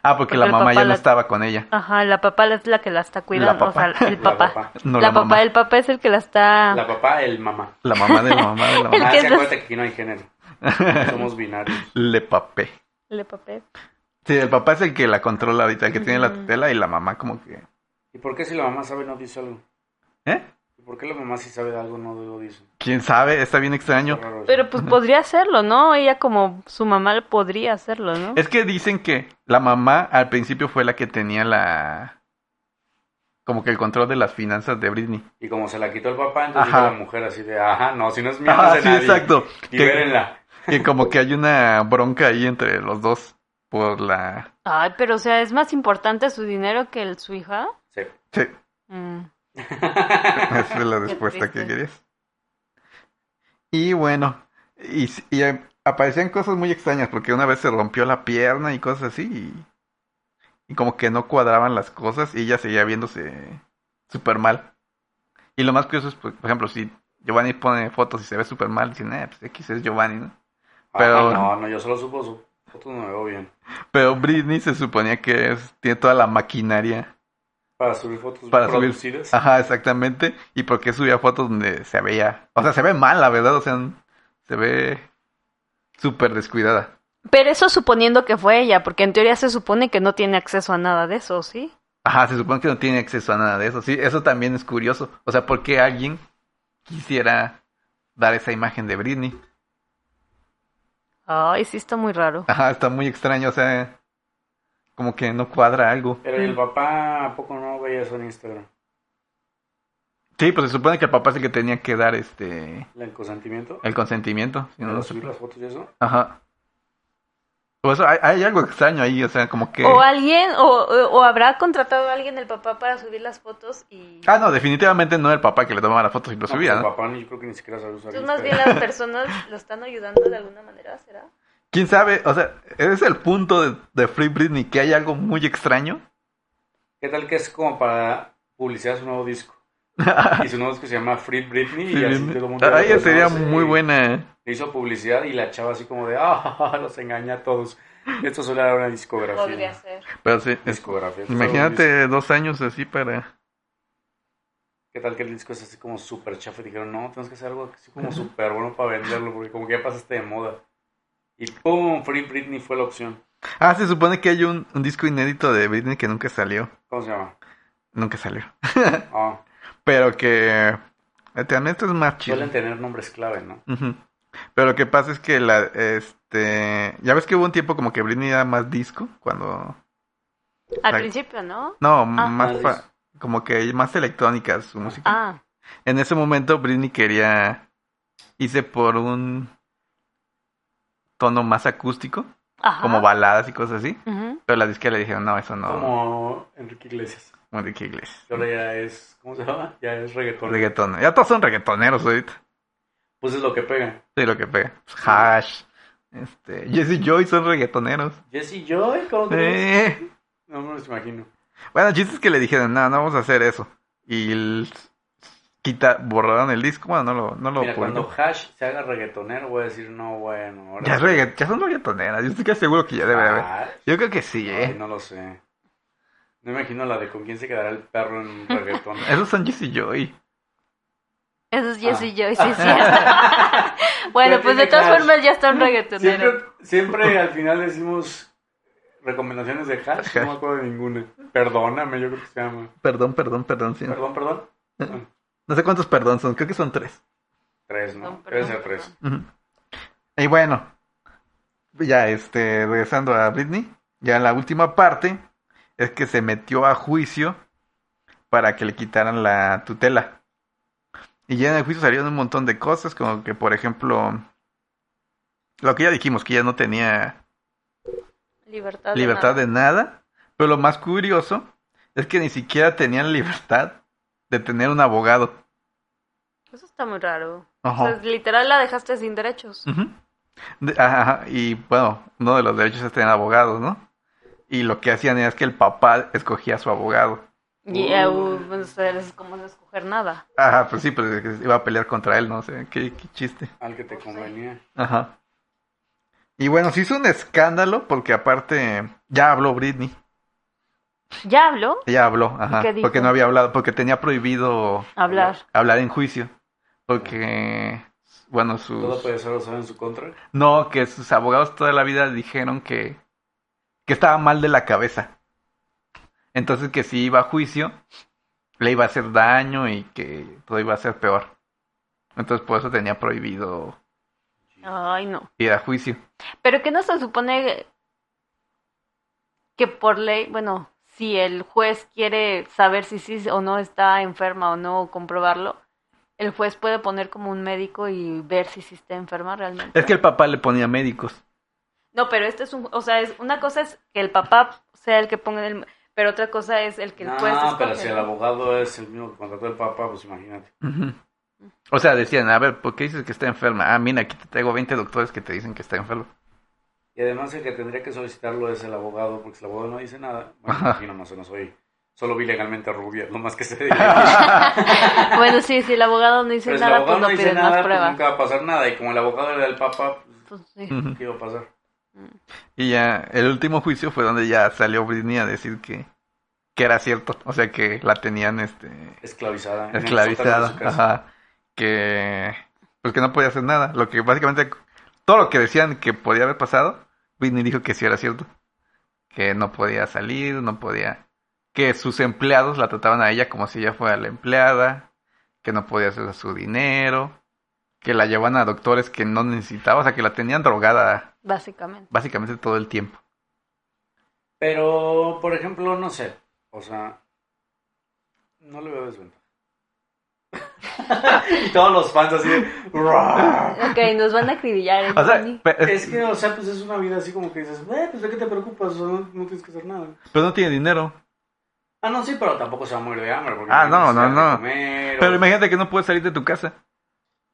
[SPEAKER 1] Ah, porque
[SPEAKER 3] Porque
[SPEAKER 1] la
[SPEAKER 3] el
[SPEAKER 1] mamá
[SPEAKER 3] papá
[SPEAKER 1] ya no
[SPEAKER 3] la-
[SPEAKER 1] estaba con ella.
[SPEAKER 3] Ajá, la papá es la que la está cuidando.
[SPEAKER 1] La papá.
[SPEAKER 3] O sea, el
[SPEAKER 2] La
[SPEAKER 3] papá.
[SPEAKER 2] papá.
[SPEAKER 1] No
[SPEAKER 3] la
[SPEAKER 1] la,
[SPEAKER 3] papá,
[SPEAKER 1] mamá.
[SPEAKER 3] el papá es el que la está...
[SPEAKER 2] La papá, el mamá.
[SPEAKER 1] La mamá de la mamá de la
[SPEAKER 3] El
[SPEAKER 1] mamá.
[SPEAKER 2] Ah,
[SPEAKER 3] que
[SPEAKER 2] sí,
[SPEAKER 3] es los-
[SPEAKER 2] acuérdate que aquí no hay género. Somos binarios.
[SPEAKER 1] Le papé.
[SPEAKER 3] Le papel.
[SPEAKER 1] Sí, el papá es el que la controla ahorita, el que tiene la
[SPEAKER 3] Ujú.
[SPEAKER 1] tutela y la mamá como que...
[SPEAKER 2] ¿Y por qué si la mamá sabe no dice algo?
[SPEAKER 1] ¿Eh?
[SPEAKER 2] ¿Y por qué la mamá si sabe de algo no lo dice?
[SPEAKER 1] ¿Quién sabe? Está bien
[SPEAKER 2] Qué
[SPEAKER 1] extraño.
[SPEAKER 2] raro eso.
[SPEAKER 3] Pero pues podría hacerlo, ¿no? Ella como su mamá podría hacerlo, ¿no?
[SPEAKER 1] Es que dicen que la mamá al principio fue la que tenía la... Como que el control de las finanzas de Britney.
[SPEAKER 2] Y como se la quitó el papá, entonces
[SPEAKER 1] Ajá.
[SPEAKER 2] dijo la mujer así de, ajá, no, si no es mía, no
[SPEAKER 1] Ajá, Ah,
[SPEAKER 2] es
[SPEAKER 1] sí,
[SPEAKER 2] de nadie.
[SPEAKER 1] exacto. Que,
[SPEAKER 2] Libérenla.
[SPEAKER 1] que como que hay una bronca ahí entre los dos por la...
[SPEAKER 3] Ay, pero o sea, ¿es más importante su dinero que el su hija?
[SPEAKER 2] Sí.
[SPEAKER 1] Sí,
[SPEAKER 3] Mm.
[SPEAKER 1] esa es la respuesta que
[SPEAKER 3] triste.
[SPEAKER 1] querías. Y bueno, y, s- y, eh, aparecían cosas muy extrañas porque una vez se rompió la pierna y cosas así y, y como que no cuadraban las cosas y ella seguía viéndose súper mal. Y lo más curioso es, por por ejemplo, si Giovanni pone fotos y se ve súper mal, dicen, eh, pues X es Giovanni, ¿no? Pero-
[SPEAKER 2] Ajá, no, no, yo solo supo su foto, no me veo bien.
[SPEAKER 1] Pero Britney se suponía que es- tiene toda la maquinaria.
[SPEAKER 2] Para subir fotos
[SPEAKER 1] Para subir- Ah.
[SPEAKER 2] producidas.
[SPEAKER 1] Ajá, exactamente. Y porque subía fotos donde se veía, o sea, se ve mal, la verdad, o sea, se ve súper descuidada.
[SPEAKER 3] Pero eso suponiendo que fue ella, porque en teoría se supone que no tiene acceso a nada de eso, ¿sí?
[SPEAKER 1] Ajá, se supone que no tiene acceso a nada de eso. Sí, eso también es curioso. O sea, ¿por qué alguien quisiera dar esa imagen de Britney?
[SPEAKER 3] Ay, sí está muy raro.
[SPEAKER 1] Ajá, está muy extraño, o sea, como que no cuadra algo.
[SPEAKER 2] Pero
[SPEAKER 3] Mm.
[SPEAKER 2] ¿y el papá, ¿a poco no veía eso en Instagram?
[SPEAKER 1] Sí, pues se supone que el papá es el que tenía que dar este
[SPEAKER 2] ¿El consentimiento?
[SPEAKER 1] el consentimiento. si no,
[SPEAKER 2] ¿Para
[SPEAKER 1] no se-
[SPEAKER 2] subir las fotos y eso?
[SPEAKER 1] Ajá. O sea, hay, hay algo extraño ahí, o sea, como que...
[SPEAKER 3] O alguien, o, o- o habrá contratado a alguien el papá para subir las fotos y...
[SPEAKER 1] Ah, no, definitivamente no el papá que le tomaba las fotos y lo
[SPEAKER 2] No,
[SPEAKER 1] subía,
[SPEAKER 2] pues el
[SPEAKER 1] ¿no?
[SPEAKER 2] papá ni- yo creo que ni siquiera sabe usar
[SPEAKER 3] Entonces más bien
[SPEAKER 2] Instagram.
[SPEAKER 3] las personas lo están ayudando de alguna manera, ¿será?
[SPEAKER 1] ¿Quién sabe? O sea, ese es el punto de, de Free Britney, que hay algo muy extraño.
[SPEAKER 2] ¿Qué tal que es como para publicidad su nuevo disco? y su nuevo disco se llama Free Britney y así todo el mundo... la
[SPEAKER 1] Ay, Ah, sería
[SPEAKER 2] conoce
[SPEAKER 1] muy
[SPEAKER 2] y
[SPEAKER 1] buena. ¿eh?
[SPEAKER 2] Le hizo publicidad y la chava así como de, ah, los engaña a todos. Esto solo era una discografía.
[SPEAKER 3] Podría ser.
[SPEAKER 1] Pero sí, es-
[SPEAKER 2] Discografía. esto era un disco.
[SPEAKER 1] imagínate dos años así para...
[SPEAKER 2] ¿Qué tal que el disco es así como súper chafa? Y dijeron, no, tenemos que hacer algo así como súper bueno para venderlo, porque como que ya pasaste de moda. Y ¡pum! Free Britney fue la opción.
[SPEAKER 1] Ah, se supone que hay un, un disco inédito de Britney que nunca salió.
[SPEAKER 2] ¿Cómo se llama?
[SPEAKER 1] Nunca salió.
[SPEAKER 2] Ah,
[SPEAKER 1] Pero que. Realmente es más chido.
[SPEAKER 2] suelen tener nombres clave, ¿no?
[SPEAKER 1] Ujú. Pero lo que pasa es que la, este, ya ves que hubo un tiempo como que Britney era más disco cuando,
[SPEAKER 3] Al
[SPEAKER 1] Ay.
[SPEAKER 3] principio, ¿no?
[SPEAKER 1] no,
[SPEAKER 3] Ah.
[SPEAKER 1] más
[SPEAKER 2] Más
[SPEAKER 1] fa-
[SPEAKER 2] disco.
[SPEAKER 1] como que más electrónica su música.
[SPEAKER 3] Ah,
[SPEAKER 1] En ese momento Britney quería irse por un tono más acústico,
[SPEAKER 3] ajá.
[SPEAKER 1] como baladas y cosas así.
[SPEAKER 3] Ujú.
[SPEAKER 1] Pero la disquera le dijeron, no, eso no,
[SPEAKER 2] Como Enrique Iglesias.
[SPEAKER 1] como de qué iglesia.
[SPEAKER 2] Que ahora ya es, ¿cómo se llama? Ya es reggaetón.
[SPEAKER 1] Reggaetón. Ya todos son reggaetoneros ahorita.
[SPEAKER 2] Pues es lo que pega.
[SPEAKER 1] Sí, lo que pega. Hash, este, Jesse Joy son reggaetoneros.
[SPEAKER 2] Jesse Joy, ¿cómo te ves?
[SPEAKER 1] Eh.
[SPEAKER 2] No me los imagino.
[SPEAKER 1] Bueno, el chiste es que le dijeron, no, no vamos a hacer eso. Y el- quita, borraron el disco, bueno, no lo, no lo
[SPEAKER 2] Mira,
[SPEAKER 1] publicó.
[SPEAKER 2] cuando Hash se haga reggaetonero, voy a decir, no, bueno, ahora.
[SPEAKER 1] Ya, es regga- ya son reggaetoneras, yo estoy casi seguro que ya debe haber.
[SPEAKER 2] Ah,
[SPEAKER 1] Yo creo que sí,
[SPEAKER 2] ay,
[SPEAKER 1] eh.
[SPEAKER 2] no lo sé. No imagino la de con quién se quedará el perro en un reggaetón.
[SPEAKER 1] Esos son Jesse Joy.
[SPEAKER 3] Eso es
[SPEAKER 2] Ah.
[SPEAKER 3] Jesse Joy, sí, es cierto. bueno,
[SPEAKER 2] Ya
[SPEAKER 3] pues
[SPEAKER 2] tiene
[SPEAKER 3] de todas
[SPEAKER 2] Hash.
[SPEAKER 3] formas ya está un reggaetonero.
[SPEAKER 2] Siempre, siempre al final decimos recomendaciones de Hash, no me acuerdo de ninguna. Perdóname, yo creo que se llama.
[SPEAKER 1] Perdón, perdón, perdón. sí.
[SPEAKER 2] Perdón, perdón.
[SPEAKER 1] No sé cuántos perdón son, creo que son tres.
[SPEAKER 2] Tres, ¿no?
[SPEAKER 3] Perdón,
[SPEAKER 2] Debe
[SPEAKER 3] perdón,
[SPEAKER 2] ser tres.
[SPEAKER 3] perdón.
[SPEAKER 1] Ujú. Y bueno, ya este, regresando a Britney, ya la última parte es que se metió a juicio para que le quitaran la tutela. Y ya en el juicio salieron un montón de cosas, como que por ejemplo, lo que ya dijimos, que ya no tenía
[SPEAKER 3] Libertad. de
[SPEAKER 1] libertad
[SPEAKER 3] nada.
[SPEAKER 1] de nada, pero lo más curioso es que ni siquiera tenían libertad de tener un abogado.
[SPEAKER 3] Eso está muy raro.
[SPEAKER 1] Ajá.
[SPEAKER 3] O sea, literal la dejaste sin derechos.
[SPEAKER 1] Ujú. De- ajá, ajá, y bueno, uno de los derechos es tener abogados, ¿no? Y lo que hacían era que el papá escogía a su abogado.
[SPEAKER 3] Y ya,
[SPEAKER 2] Uh.
[SPEAKER 3] uh, pues, es como no escoger nada.
[SPEAKER 1] Ajá, pues sí, pues es que iba a pelear contra él, no sé, qué, qué chiste.
[SPEAKER 2] Al que te convenía.
[SPEAKER 1] Ajá. Y bueno, se hizo un escándalo porque aparte ya habló Britney,
[SPEAKER 3] Ya habló.
[SPEAKER 1] ya habló, ajá,
[SPEAKER 3] ¿Qué dijo?
[SPEAKER 1] porque no había hablado, porque tenía prohibido
[SPEAKER 3] Hablar.
[SPEAKER 1] hablar en juicio, porque, bueno,
[SPEAKER 2] Todo
[SPEAKER 1] sus...
[SPEAKER 2] puede ser usado en su contra.
[SPEAKER 1] No, que sus abogados toda la vida dijeron que, que estaba mal de la cabeza. Entonces que si iba a juicio, le iba a hacer daño y que todo iba a ser peor. Entonces por eso tenía prohibido
[SPEAKER 3] Ay, no.
[SPEAKER 1] ir a juicio.
[SPEAKER 3] Pero que no se supone que por ley, bueno, si el juez quiere saber si sí o no está enferma o no, o comprobarlo, el juez puede poner como un médico y ver si sí está enferma realmente.
[SPEAKER 2] Eh.
[SPEAKER 1] Es que el papá le ponía médicos.
[SPEAKER 3] No, pero este es un, o sea, es una cosa es que el papá sea el que ponga el, pero otra cosa es el que el
[SPEAKER 2] No,
[SPEAKER 3] juez
[SPEAKER 2] pero
[SPEAKER 3] escoge,
[SPEAKER 2] si el
[SPEAKER 3] ¿no?
[SPEAKER 2] abogado es el mismo que contrató el papá, pues imagínate.
[SPEAKER 1] Ujú. O sea, decían, a ver, ¿por qué dices que está enferma? Ah, mira, aquí te traigo 20 doctores que te dicen que está enfermo.
[SPEAKER 2] Y además el que tendría que solicitarlo es el abogado, porque si el abogado no dice nada, bueno, pues
[SPEAKER 1] Ajá.
[SPEAKER 2] imagino más o menos soy, solo vi legalmente rubia, lo más que se
[SPEAKER 3] Bueno, sí, si el abogado no dice
[SPEAKER 2] Pero si el
[SPEAKER 3] nada, pues
[SPEAKER 2] abogado
[SPEAKER 3] no
[SPEAKER 2] no dice
[SPEAKER 3] piden más
[SPEAKER 2] nada, pues
[SPEAKER 3] pruebas.
[SPEAKER 2] nunca va a pasar nada. Y como el abogado era el papá, pues,
[SPEAKER 3] Pues sí.
[SPEAKER 1] Ujú.
[SPEAKER 2] ¿qué iba a pasar?
[SPEAKER 1] Y ya, el último juicio fue donde ya salió Britney a decir que, que era cierto. O sea, que la tenían, este...
[SPEAKER 2] Esclavizada. en el sótano de
[SPEAKER 1] esclavizada,
[SPEAKER 2] su casa.
[SPEAKER 1] ajá, que pues que no podía hacer nada, lo que básicamente todo lo que decían que podía haber pasado, Whitney dijo que sí era cierto, que no podía salir, no podía, que sus empleados la trataban a ella como si ella fuera la empleada, que no podía hacer su dinero, que la llevaban a doctores que no necesitaba, o sea que la tenían drogada
[SPEAKER 3] Básicamente.
[SPEAKER 1] básicamente todo el tiempo.
[SPEAKER 2] Pero, por ejemplo, no sé. O sea, no le veo desventaja. y todos los fans así de... "Ruah".
[SPEAKER 3] Ok, nos van a acribillar. ¿eh,
[SPEAKER 1] O sea,
[SPEAKER 3] Tony?
[SPEAKER 1] pe-
[SPEAKER 2] Es que, o sea, pues es una vida así como que dices, eh, pues de qué te preocupas, O sea, no, no tienes que hacer nada.
[SPEAKER 1] pero no tiene dinero.
[SPEAKER 2] Ah, no, sí, pero tampoco se va a morir de hambre. Porque
[SPEAKER 1] Ah, no,
[SPEAKER 2] tiene
[SPEAKER 1] no, no.
[SPEAKER 2] que comer,
[SPEAKER 1] Pero
[SPEAKER 2] o-
[SPEAKER 1] imagínate que no puedes salir de tu casa.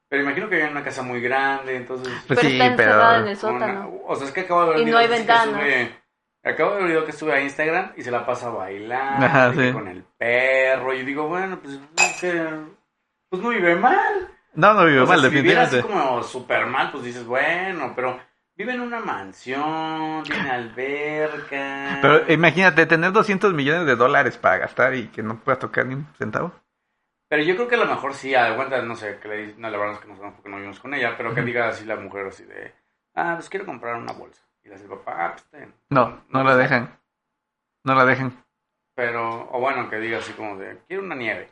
[SPEAKER 2] pero imagino que vive en una casa muy grande, entonces...
[SPEAKER 1] Pues
[SPEAKER 3] pero
[SPEAKER 1] sí,
[SPEAKER 3] está
[SPEAKER 1] pero-
[SPEAKER 3] encerrada en el
[SPEAKER 2] Una-
[SPEAKER 3] sótano.
[SPEAKER 2] o sea, es que acabo de ver
[SPEAKER 3] Y
[SPEAKER 2] un
[SPEAKER 3] no hay
[SPEAKER 2] video que
[SPEAKER 3] ventanas.
[SPEAKER 2] sube- acabo de ver un video que sube a Instagram y se la pasa bailando
[SPEAKER 1] Ajá,
[SPEAKER 2] y que
[SPEAKER 1] sí.
[SPEAKER 2] con el perro. Y digo, bueno, pues, es que- pues no vive mal.
[SPEAKER 1] No, no vive
[SPEAKER 2] O sea,
[SPEAKER 1] mal,
[SPEAKER 2] si viviera así
[SPEAKER 1] definitivamente.
[SPEAKER 2] como super mal, pues dices, bueno, pero vive en una mansión, tiene alberca.
[SPEAKER 1] eh, Pero imagínate, tener 200 millones de dólares para gastar y que no puedas tocar ni un centavo.
[SPEAKER 2] Pero yo creo que a lo mejor sí, aguanta, no sé, que le dice, no, la verdad es que no sabemos porque no vivimos con ella, pero que diga así la mujer así de, ah, pues quiero comprar una bolsa. Y le dice el papá, ah, pues ten.
[SPEAKER 1] No, no la dejan. No la dejan.
[SPEAKER 2] Pero, o bueno, que diga así como de, quiero una nieve.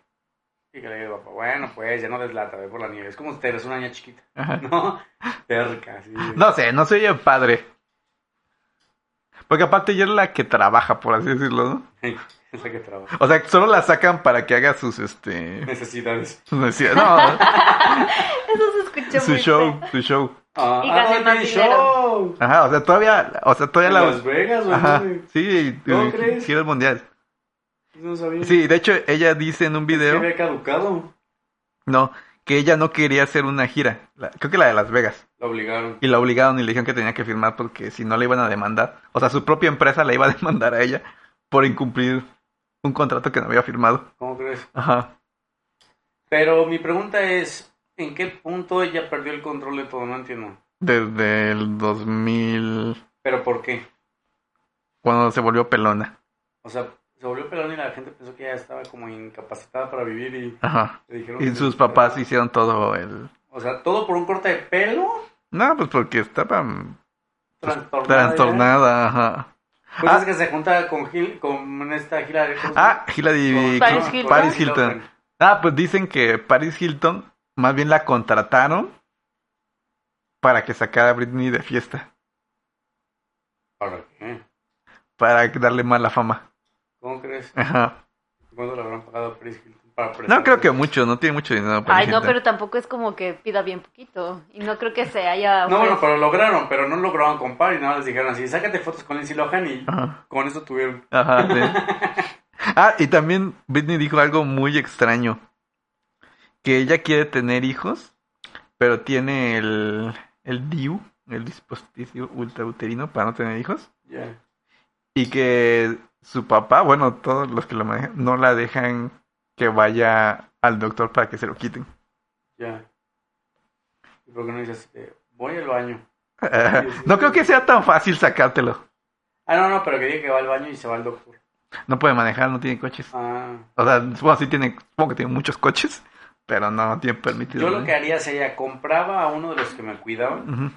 [SPEAKER 2] Y que le diga el papá, bueno, pues ya no deslata, ve por la nieve. Es como usted, eres una niña chiquita,
[SPEAKER 1] Ajá.
[SPEAKER 2] ¿no? Terca, así.
[SPEAKER 1] No sé, no soy yo padre. Porque aparte ella es la que trabaja, por así decirlo, ¿no?
[SPEAKER 2] es la que trabaja.
[SPEAKER 1] O sea, solo la sacan para que haga sus, este...
[SPEAKER 2] Necesidades.
[SPEAKER 1] sus necesidades. No,
[SPEAKER 3] Eso se escuchó
[SPEAKER 1] su
[SPEAKER 3] muy
[SPEAKER 1] show,
[SPEAKER 3] feo.
[SPEAKER 1] su show.
[SPEAKER 2] Ah,
[SPEAKER 3] Y gane
[SPEAKER 2] ah,
[SPEAKER 3] más
[SPEAKER 2] Baby
[SPEAKER 3] dinero.
[SPEAKER 2] Show.
[SPEAKER 1] Ajá, o sea, todavía, o sea, todavía
[SPEAKER 2] En
[SPEAKER 1] la...
[SPEAKER 2] Las Vegas, güey.
[SPEAKER 1] Ajá,
[SPEAKER 2] ¿no?
[SPEAKER 1] sí, y-
[SPEAKER 2] ¿No
[SPEAKER 1] y-
[SPEAKER 2] crees?
[SPEAKER 1] sí, era el mundial.
[SPEAKER 2] No sabía.
[SPEAKER 1] Sí, de hecho, ella dice en un
[SPEAKER 2] Que
[SPEAKER 1] video,
[SPEAKER 2] había caducado.
[SPEAKER 1] no, que ella no quería hacer una gira, la- creo que la de Las Vegas,
[SPEAKER 2] La obligaron.
[SPEAKER 1] y la obligaron y le dijeron que tenía que firmar porque si no la iban a demandar, o sea, su propia empresa la iba a demandar a ella por incumplir un contrato que no había firmado.
[SPEAKER 2] ¿Cómo crees?
[SPEAKER 1] Ajá.
[SPEAKER 2] Pero mi pregunta es, ¿en qué punto ella perdió el control de todo? No entiendo.
[SPEAKER 1] Desde el 2000,
[SPEAKER 2] ¿Pero por qué?
[SPEAKER 1] cuando se volvió pelona.
[SPEAKER 2] O sea, se volvió pelón y la gente pensó que ya estaba como incapacitada para vivir y
[SPEAKER 1] Ajá.
[SPEAKER 2] le dijeron...
[SPEAKER 1] Y
[SPEAKER 2] que-
[SPEAKER 1] sus papás hicieron todo el...
[SPEAKER 2] O sea, todo por un corte de pelo
[SPEAKER 1] No, pues porque estaban
[SPEAKER 2] trastornada.
[SPEAKER 1] trastornada, ajá.
[SPEAKER 2] ya. Pues
[SPEAKER 1] Ah.
[SPEAKER 2] es que se junta con Gil, con esta Hillary. ¿cómo se llama?
[SPEAKER 1] Ah, Hillary
[SPEAKER 2] Con-
[SPEAKER 3] Paris
[SPEAKER 2] con-
[SPEAKER 3] Hilton.
[SPEAKER 1] Paris Hilton. Ah, pues dicen que Paris Hilton más bien la contrataron para que sacara a Britney de fiesta,
[SPEAKER 2] ¿Para qué?
[SPEAKER 1] para darle mala fama.
[SPEAKER 2] ¿Cómo crees?
[SPEAKER 1] Ajá.
[SPEAKER 2] ¿Cuánto le habrán pagado a Paris Hilton? Para
[SPEAKER 1] No
[SPEAKER 2] presentarse?
[SPEAKER 1] creo que mucho, no tiene mucho dinero. Paris
[SPEAKER 3] Ay, no,
[SPEAKER 1] Hilton.
[SPEAKER 3] pero tampoco es como que pida bien poquito. Y no creo que se haya...
[SPEAKER 2] No, bueno,
[SPEAKER 3] ofrecido.
[SPEAKER 2] pero lograron, pero no lograron con Paris. Nada más les dijeron así, sácate fotos con Lindsay Lohan y
[SPEAKER 1] Ajá,
[SPEAKER 2] con eso tuvieron...
[SPEAKER 1] ajá, sí. Ah, y también Britney dijo algo muy extraño, que ella quiere tener hijos, pero tiene el, el DIU, el dispositivo ultrauterino para no tener hijos.
[SPEAKER 2] Ya.
[SPEAKER 1] Y que su papá, bueno, todos los que lo manejan, no la dejan que vaya al doctor para que se lo quiten.
[SPEAKER 2] Ya. ¿Y por qué no dices, eh, voy al baño?
[SPEAKER 1] No creo que sea tan fácil sacártelo.
[SPEAKER 2] Ah, no, no, pero que diga que va al baño y se va al doctor.
[SPEAKER 1] No puede manejar, no tiene coches.
[SPEAKER 2] Ah.
[SPEAKER 1] O sea, bueno, sí tiene, supongo que tiene muchos coches, pero no tiene permitido.
[SPEAKER 2] Yo lo
[SPEAKER 1] ¿no?
[SPEAKER 2] que haría sería compraba a uno de los que me cuidaban
[SPEAKER 1] Ujú.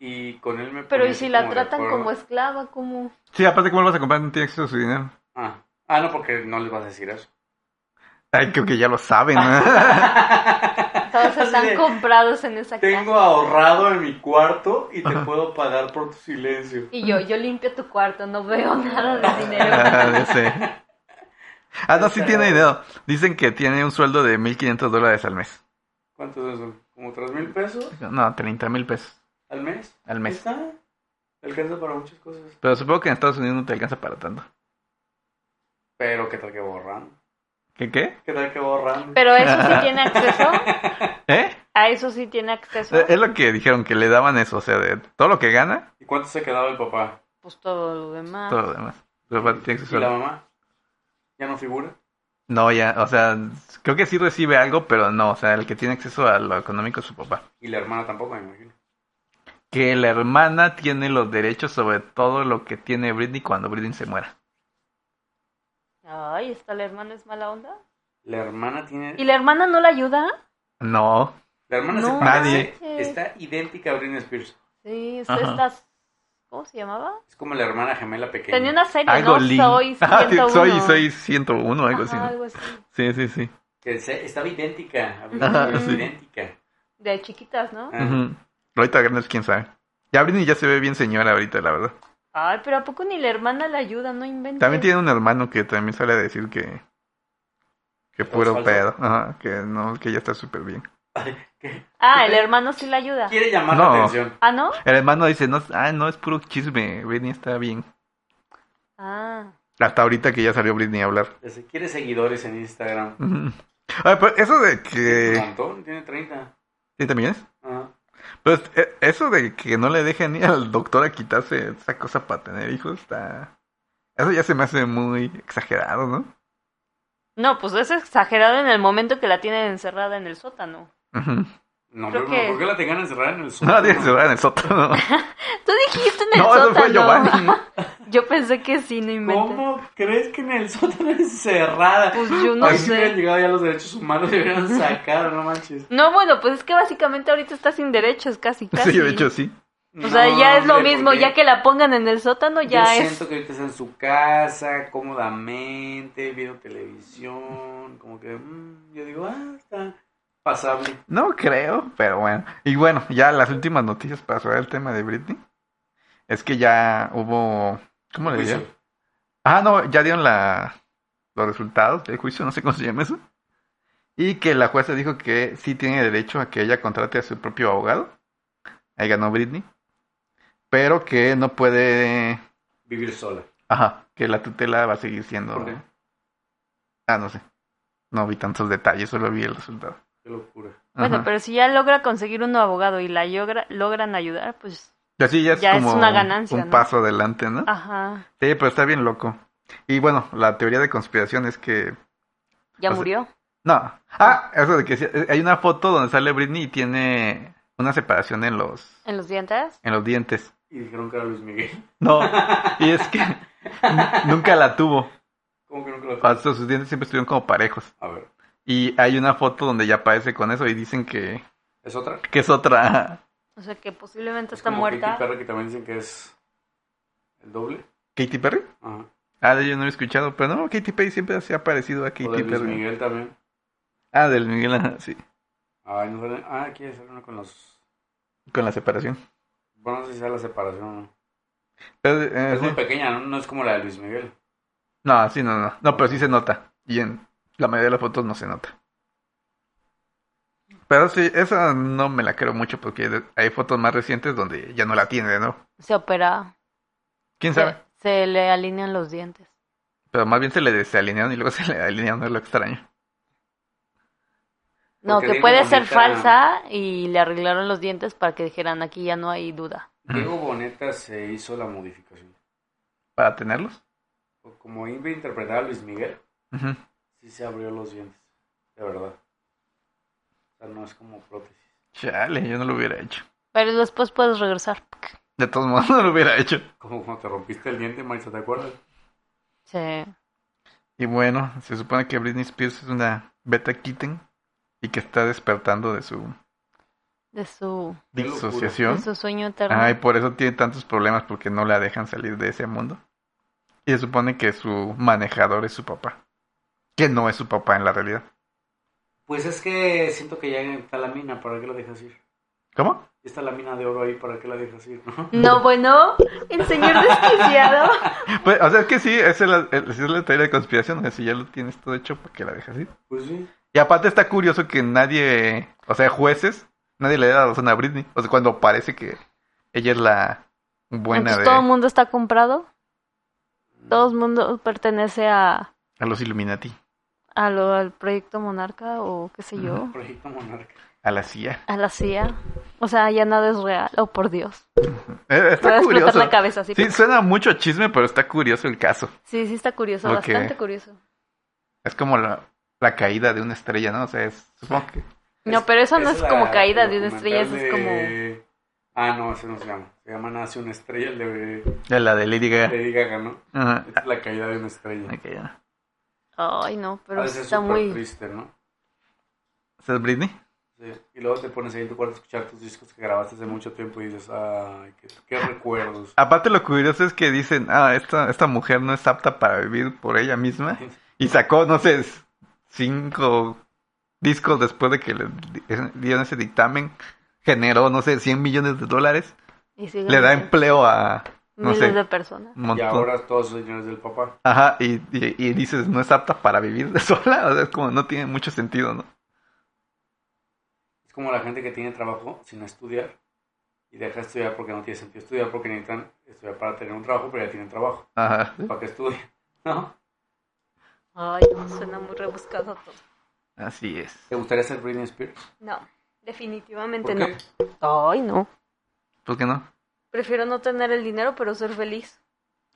[SPEAKER 2] y con él me
[SPEAKER 3] Pero
[SPEAKER 2] ponía
[SPEAKER 3] ¿y
[SPEAKER 2] así
[SPEAKER 3] si la
[SPEAKER 2] de
[SPEAKER 3] tratan
[SPEAKER 2] acuerdo.
[SPEAKER 3] como esclava? como
[SPEAKER 1] Sí, aparte, ¿cómo lo vas a comprar? No tiene acceso a su dinero.
[SPEAKER 2] Ah. Ah, no, porque no les vas a decir eso.
[SPEAKER 1] Ay, creo que ya lo saben. ¿no?
[SPEAKER 3] Todos
[SPEAKER 2] Así
[SPEAKER 3] están
[SPEAKER 2] de,
[SPEAKER 3] comprados en esa casa.
[SPEAKER 2] Tengo ahorrado en mi cuarto y te
[SPEAKER 1] Ajá.
[SPEAKER 2] puedo pagar por tu silencio.
[SPEAKER 3] Y yo, yo limpio tu cuarto, no veo nada de dinero.
[SPEAKER 1] Ah, ya sé. Ah, no, sí tiene dinero. Dicen que tiene un sueldo de 1.500 dólares al mes.
[SPEAKER 2] ¿Cuántos es eso? ¿Como tres mil pesos
[SPEAKER 1] No, 30 mil pesos
[SPEAKER 2] al mes?
[SPEAKER 1] al
[SPEAKER 2] Ahí
[SPEAKER 1] mes.
[SPEAKER 2] está. Alcanza para muchas cosas.
[SPEAKER 1] Pero supongo que en Estados Unidos no te alcanza para tanto.
[SPEAKER 2] Pero qué tal que borran.
[SPEAKER 1] ¿Qué qué?
[SPEAKER 2] ¿Qué tal que borran?
[SPEAKER 3] Pero eso sí tiene acceso.
[SPEAKER 1] ¿Eh?
[SPEAKER 3] A eso sí tiene acceso.
[SPEAKER 1] Eh, Es lo que dijeron, que le daban eso, o sea, de todo lo que gana,
[SPEAKER 2] ¿Y cuánto se quedaba el papá?
[SPEAKER 3] Pues todo lo demás.
[SPEAKER 1] todo lo demás. Su papá tiene acceso
[SPEAKER 2] ¿Y
[SPEAKER 1] a-
[SPEAKER 2] la mamá? ¿Ya no figura?
[SPEAKER 1] No, ya, o sea, creo que sí recibe algo, pero no, o sea, el que tiene acceso a lo económico es su papá.
[SPEAKER 2] Y la hermana tampoco, me imagino.
[SPEAKER 1] Que la hermana tiene los derechos sobre todo lo que tiene Britney cuando Britney se muera.
[SPEAKER 3] Ay, ¿está la hermana es mala onda?
[SPEAKER 2] La hermana tiene...
[SPEAKER 3] ¿Y la hermana no la ayuda?
[SPEAKER 1] No,
[SPEAKER 2] La hermana
[SPEAKER 3] No
[SPEAKER 2] se parece,
[SPEAKER 3] manches.
[SPEAKER 2] está idéntica a Britney Spears.
[SPEAKER 3] Sí, es
[SPEAKER 1] Ajá.
[SPEAKER 3] esta... ¿Cómo se llamaba?
[SPEAKER 2] Es como la hermana gemela pequeña.
[SPEAKER 3] Tenía una serie,
[SPEAKER 1] Eh, algo
[SPEAKER 3] ¿no?
[SPEAKER 1] Lin.
[SPEAKER 3] Soy
[SPEAKER 1] Ah, sí,
[SPEAKER 3] 101.
[SPEAKER 1] soy, soy 101, algo así.
[SPEAKER 3] Ajá,
[SPEAKER 1] ¿no?
[SPEAKER 3] algo así.
[SPEAKER 1] Sí, sí, sí.
[SPEAKER 2] Que se- estaba idéntica a Britney
[SPEAKER 1] Ajá,
[SPEAKER 2] Spears,
[SPEAKER 1] sí.
[SPEAKER 2] idéntica.
[SPEAKER 3] De chiquitas, ¿no?
[SPEAKER 2] Ah.
[SPEAKER 1] Ujú. Ahorita grandes, quién sabe. Ya Britney ya se ve bien señora ahorita, la verdad.
[SPEAKER 3] Ay, pero ¿a poco ni la hermana la ayuda? No inventes.
[SPEAKER 1] También tiene un hermano que también sale a decir que que
[SPEAKER 2] todo es
[SPEAKER 1] puro
[SPEAKER 2] falso.
[SPEAKER 1] pedo, ajá, que no, que ya está súper bien.
[SPEAKER 2] ¿Qué?
[SPEAKER 3] Ah, el hermano sí la ayuda.
[SPEAKER 2] Quiere llamar
[SPEAKER 1] No.
[SPEAKER 2] la atención.
[SPEAKER 3] ¿Ah, no?
[SPEAKER 1] El hermano dice, no, ah, no, es puro chisme, Britney está bien.
[SPEAKER 3] Ah.
[SPEAKER 1] Hasta ahorita que ya salió Britney a hablar.
[SPEAKER 2] Dice, Quiere seguidores en Instagram.
[SPEAKER 1] Ujú. Ah, pero eso de
[SPEAKER 2] Un
[SPEAKER 1] que...
[SPEAKER 2] montón, tiene 30.
[SPEAKER 1] ¿Sí también es?
[SPEAKER 2] Ah.
[SPEAKER 1] Pues eh, eso de que no le dejen ir al doctor a quitarse esa cosa para tener hijos está... Eso ya se me hace muy exagerado, ¿no?
[SPEAKER 3] No, pues es exagerado en el momento que la tienen encerrada en el sótano.
[SPEAKER 1] Ujú.
[SPEAKER 2] No, pero
[SPEAKER 3] Creo
[SPEAKER 2] no,
[SPEAKER 3] que-
[SPEAKER 2] ¿por qué la tengan encerrada en el
[SPEAKER 1] No la
[SPEAKER 2] sótano?
[SPEAKER 1] tienes que en el sótano.
[SPEAKER 3] Tú dijiste en el
[SPEAKER 1] No,
[SPEAKER 3] sótano.
[SPEAKER 1] eso fue Giovanni.
[SPEAKER 3] Yo Yo pensé que sí, no inventes.
[SPEAKER 2] ¿Cómo crees que en el sótano es cerrada?
[SPEAKER 3] Pues yo no
[SPEAKER 2] Ay, Si
[SPEAKER 3] sé.
[SPEAKER 2] hubieran llegado ya los derechos humanos, le hubieran sacado, no manches.
[SPEAKER 3] No, bueno, pues es que básicamente ahorita está sin derechos, casi, casi.
[SPEAKER 1] Sí, de hecho sí.
[SPEAKER 3] O sea, ya es lo
[SPEAKER 2] hombre,
[SPEAKER 3] mismo,
[SPEAKER 2] porque
[SPEAKER 3] ya que la pongan en el sótano, ya
[SPEAKER 2] yo
[SPEAKER 3] es.
[SPEAKER 2] siento que ahorita está en su casa, cómodamente, viendo televisión, como que mm, yo digo, ah, está pasable.
[SPEAKER 1] No creo, pero bueno. Y bueno, ya las últimas noticias para cerrar el tema de Britney. Es que ya hubo. ¿Cómo le
[SPEAKER 2] Juicio.
[SPEAKER 1] diría? Ah, no, ya dieron la, los resultados del juicio, no sé cómo se llama eso. Y que la jueza dijo que sí tiene derecho a que ella contrate a su propio abogado. Ahí ganó Britney. Pero que no puede.
[SPEAKER 2] Vivir sola.
[SPEAKER 1] Ajá, que la tutela va a seguir siendo.
[SPEAKER 2] ¿Por qué?
[SPEAKER 1] Ah, no sé. No vi tantos detalles, solo vi el resultado.
[SPEAKER 2] Qué locura.
[SPEAKER 3] Bueno,
[SPEAKER 1] Ajá.
[SPEAKER 3] pero si ya logra conseguir un abogado y la yogra- logran ayudar, pues.
[SPEAKER 1] Y así ya es
[SPEAKER 3] ya es
[SPEAKER 1] como
[SPEAKER 3] una ganancia,
[SPEAKER 1] un
[SPEAKER 3] ¿no? Ah.
[SPEAKER 1] paso adelante, ¿no?
[SPEAKER 3] Ajá.
[SPEAKER 1] Sí, pero está bien loco. Y bueno, la teoría de conspiración es que
[SPEAKER 3] Ya
[SPEAKER 1] O sea-
[SPEAKER 3] murió.
[SPEAKER 1] No. Ah, eso de que sí, eh, hay una foto donde sale Britney y tiene una separación en los,
[SPEAKER 3] ¿En los dientes?
[SPEAKER 1] en los dientes.
[SPEAKER 2] Y dijeron que era Luis Miguel.
[SPEAKER 1] No. Y es que n- nunca la tuvo.
[SPEAKER 2] ¿Cómo que nunca lo
[SPEAKER 1] O sea, sus dientes siempre estuvieron como parejos.
[SPEAKER 2] A ver,
[SPEAKER 1] Y hay una foto donde ya aparece con eso y dicen que,
[SPEAKER 2] ¿es otra?
[SPEAKER 1] que es otra.
[SPEAKER 3] O sea que posiblemente
[SPEAKER 2] Es
[SPEAKER 3] está
[SPEAKER 2] como Katy
[SPEAKER 3] muerta.
[SPEAKER 2] Perry, que también dicen que es el doble.
[SPEAKER 1] ¿Katy Perry?
[SPEAKER 2] Ajá.
[SPEAKER 1] Ah, de yo no lo he escuchado, pero no, Katy Perry siempre se ha parecido a
[SPEAKER 2] O de
[SPEAKER 1] Katy
[SPEAKER 2] Luis
[SPEAKER 1] Perry.
[SPEAKER 2] Miguel también.
[SPEAKER 1] Ah, del Miguel, ajá, sí.
[SPEAKER 2] Ay, no sale- Ah, aquí sale uno con los...
[SPEAKER 1] Con la separación.
[SPEAKER 2] Bueno, no sé si sea la separación o no.
[SPEAKER 1] Pero, eh,
[SPEAKER 2] Es muy
[SPEAKER 1] sí.
[SPEAKER 2] pequeña, ¿no? No es como la de Luis Miguel.
[SPEAKER 1] No, sí, no, no. No, pero sí se nota. Y en la mayoría de las fotos no se nota. Pero sí, esa no me la creo mucho porque de- hay fotos más recientes donde ya no la tiene, ¿no?
[SPEAKER 3] Se opera.
[SPEAKER 1] ¿Quién
[SPEAKER 3] Se,
[SPEAKER 1] sabe?
[SPEAKER 3] se le alinean los dientes.
[SPEAKER 1] Pero más bien se le desalinearon y luego se le alinearon, es lo extraño.
[SPEAKER 3] No,
[SPEAKER 2] Porque
[SPEAKER 3] que
[SPEAKER 2] Diego
[SPEAKER 3] puede ser
[SPEAKER 2] Boneta-
[SPEAKER 3] falsa y le arreglaron los dientes para que dijeran aquí ya no hay duda.
[SPEAKER 2] Diego Boneta se hizo la modificación.
[SPEAKER 1] ¿Para tenerlos?
[SPEAKER 2] Como Ingrid interpretaba a Luis Miguel,
[SPEAKER 1] Ujú.
[SPEAKER 2] sí se abrió los dientes. De verdad. O sea, no es como prótesis.
[SPEAKER 1] Chale, yo no lo hubiera hecho.
[SPEAKER 3] Pero después puedes regresar.
[SPEAKER 1] De todos modos, no lo hubiera hecho.
[SPEAKER 2] Como cuando te rompiste el diente, Marisa, ¿te acuerdas?
[SPEAKER 3] Sí.
[SPEAKER 1] Y bueno, se supone que Britney Spears es una beta kitten y que está despertando de su
[SPEAKER 3] De su,
[SPEAKER 2] Qué locura.
[SPEAKER 1] disociación.
[SPEAKER 3] de su sueño eterno.
[SPEAKER 1] Ay, por eso tiene tantos problemas porque no la dejan salir de ese mundo. Y se supone que su manejador es su papá. Que no es su papá en la realidad.
[SPEAKER 2] Pues es que siento que ya está la mina, ¿para qué la dejas ir?
[SPEAKER 1] ¿Cómo?
[SPEAKER 2] Ya está la mina de oro ahí, ¿para qué la dejas ir? no?
[SPEAKER 3] No, bueno, el señor desquiciado.
[SPEAKER 1] Pues, o sea, es que sí, esa es la, esa es la teoría de conspiración. O sea, si ya lo tienes todo hecho, ¿por qué la dejas ir?
[SPEAKER 2] Pues sí.
[SPEAKER 1] Y aparte está curioso que nadie, o sea, jueces, nadie le da la razón a Britney. O sea, cuando parece que ella es la buena
[SPEAKER 3] Entonces
[SPEAKER 1] de
[SPEAKER 3] Pues todo el mundo está comprado. Todo el mundo pertenece a,
[SPEAKER 1] a los Illuminati,
[SPEAKER 3] a lo- al proyecto Monarca o qué sé yo,
[SPEAKER 2] Proyecto Monarca.
[SPEAKER 1] a la CIA.
[SPEAKER 3] a la CIA. O sea, ya nada es real. Oh, por Dios.
[SPEAKER 1] Eh,
[SPEAKER 3] Me va
[SPEAKER 1] Está
[SPEAKER 3] a explotar
[SPEAKER 1] curioso.
[SPEAKER 3] la cabeza. Sí,
[SPEAKER 1] Sí, suena mucho chisme, pero está curioso el caso.
[SPEAKER 3] sí, sí está curioso,
[SPEAKER 1] Ok.
[SPEAKER 3] bastante curioso.
[SPEAKER 1] Es como la, la caída de una estrella, ¿no? O sea, es, supongo que...
[SPEAKER 3] No, pero eso no es
[SPEAKER 2] la-
[SPEAKER 3] como caída
[SPEAKER 2] el
[SPEAKER 3] de una estrella, eso es
[SPEAKER 2] documental
[SPEAKER 3] como...
[SPEAKER 2] de- Ah, no, ese no se llama. Se llama Nace una estrella, el de
[SPEAKER 1] de La de Lady Gaga.
[SPEAKER 2] Lady Gaga, ¿no?
[SPEAKER 1] Ajá.
[SPEAKER 2] Es la caída de una estrella.
[SPEAKER 1] Ok, ya.
[SPEAKER 3] Ay, no,
[SPEAKER 2] A
[SPEAKER 3] pero
[SPEAKER 2] veces
[SPEAKER 3] está
[SPEAKER 2] súper
[SPEAKER 3] muy...
[SPEAKER 2] triste, ¿no?
[SPEAKER 1] ¿Esa es Britney?
[SPEAKER 2] Sí. Y luego te pones ahí en tu cuarto a escuchar tus discos que grabaste hace mucho tiempo y dices, ay, qué, qué recuerdos.
[SPEAKER 1] Aparte lo curioso es que dicen, ah, esta, esta mujer no es apta para vivir por ella misma. Y sacó, no sé, s- cinco discos después de que le di- eh, dieron ese dictamen. Generó, no sé, 100 millones de dólares.
[SPEAKER 3] y siguen
[SPEAKER 1] Le da
[SPEAKER 3] así,
[SPEAKER 1] empleo a, no
[SPEAKER 3] miles
[SPEAKER 1] sé,
[SPEAKER 3] de personas.
[SPEAKER 1] un
[SPEAKER 2] Y
[SPEAKER 1] montón.
[SPEAKER 2] ahora todos los señores del papá.
[SPEAKER 1] Ajá, y, y, y dices, no es apta para vivir de sola. O sea, es como no tiene mucho sentido, ¿no?
[SPEAKER 2] Es como la gente que tiene trabajo sin estudiar y deja de estudiar porque no tiene sentido estudiar porque necesitan estudiar para tener un trabajo, pero ya tienen trabajo.
[SPEAKER 1] Ajá.
[SPEAKER 2] ¿Para qué estudian? ¿No?
[SPEAKER 3] Ay, no, suena muy rebuscado todo.
[SPEAKER 1] Así es.
[SPEAKER 2] ¿Te gustaría ser Britney Spears?
[SPEAKER 3] No,
[SPEAKER 2] ¿Por
[SPEAKER 3] definitivamente no.
[SPEAKER 2] qué?
[SPEAKER 3] Ay, no.
[SPEAKER 1] ¿Por qué no?
[SPEAKER 3] Prefiero no tener el dinero, pero ser feliz.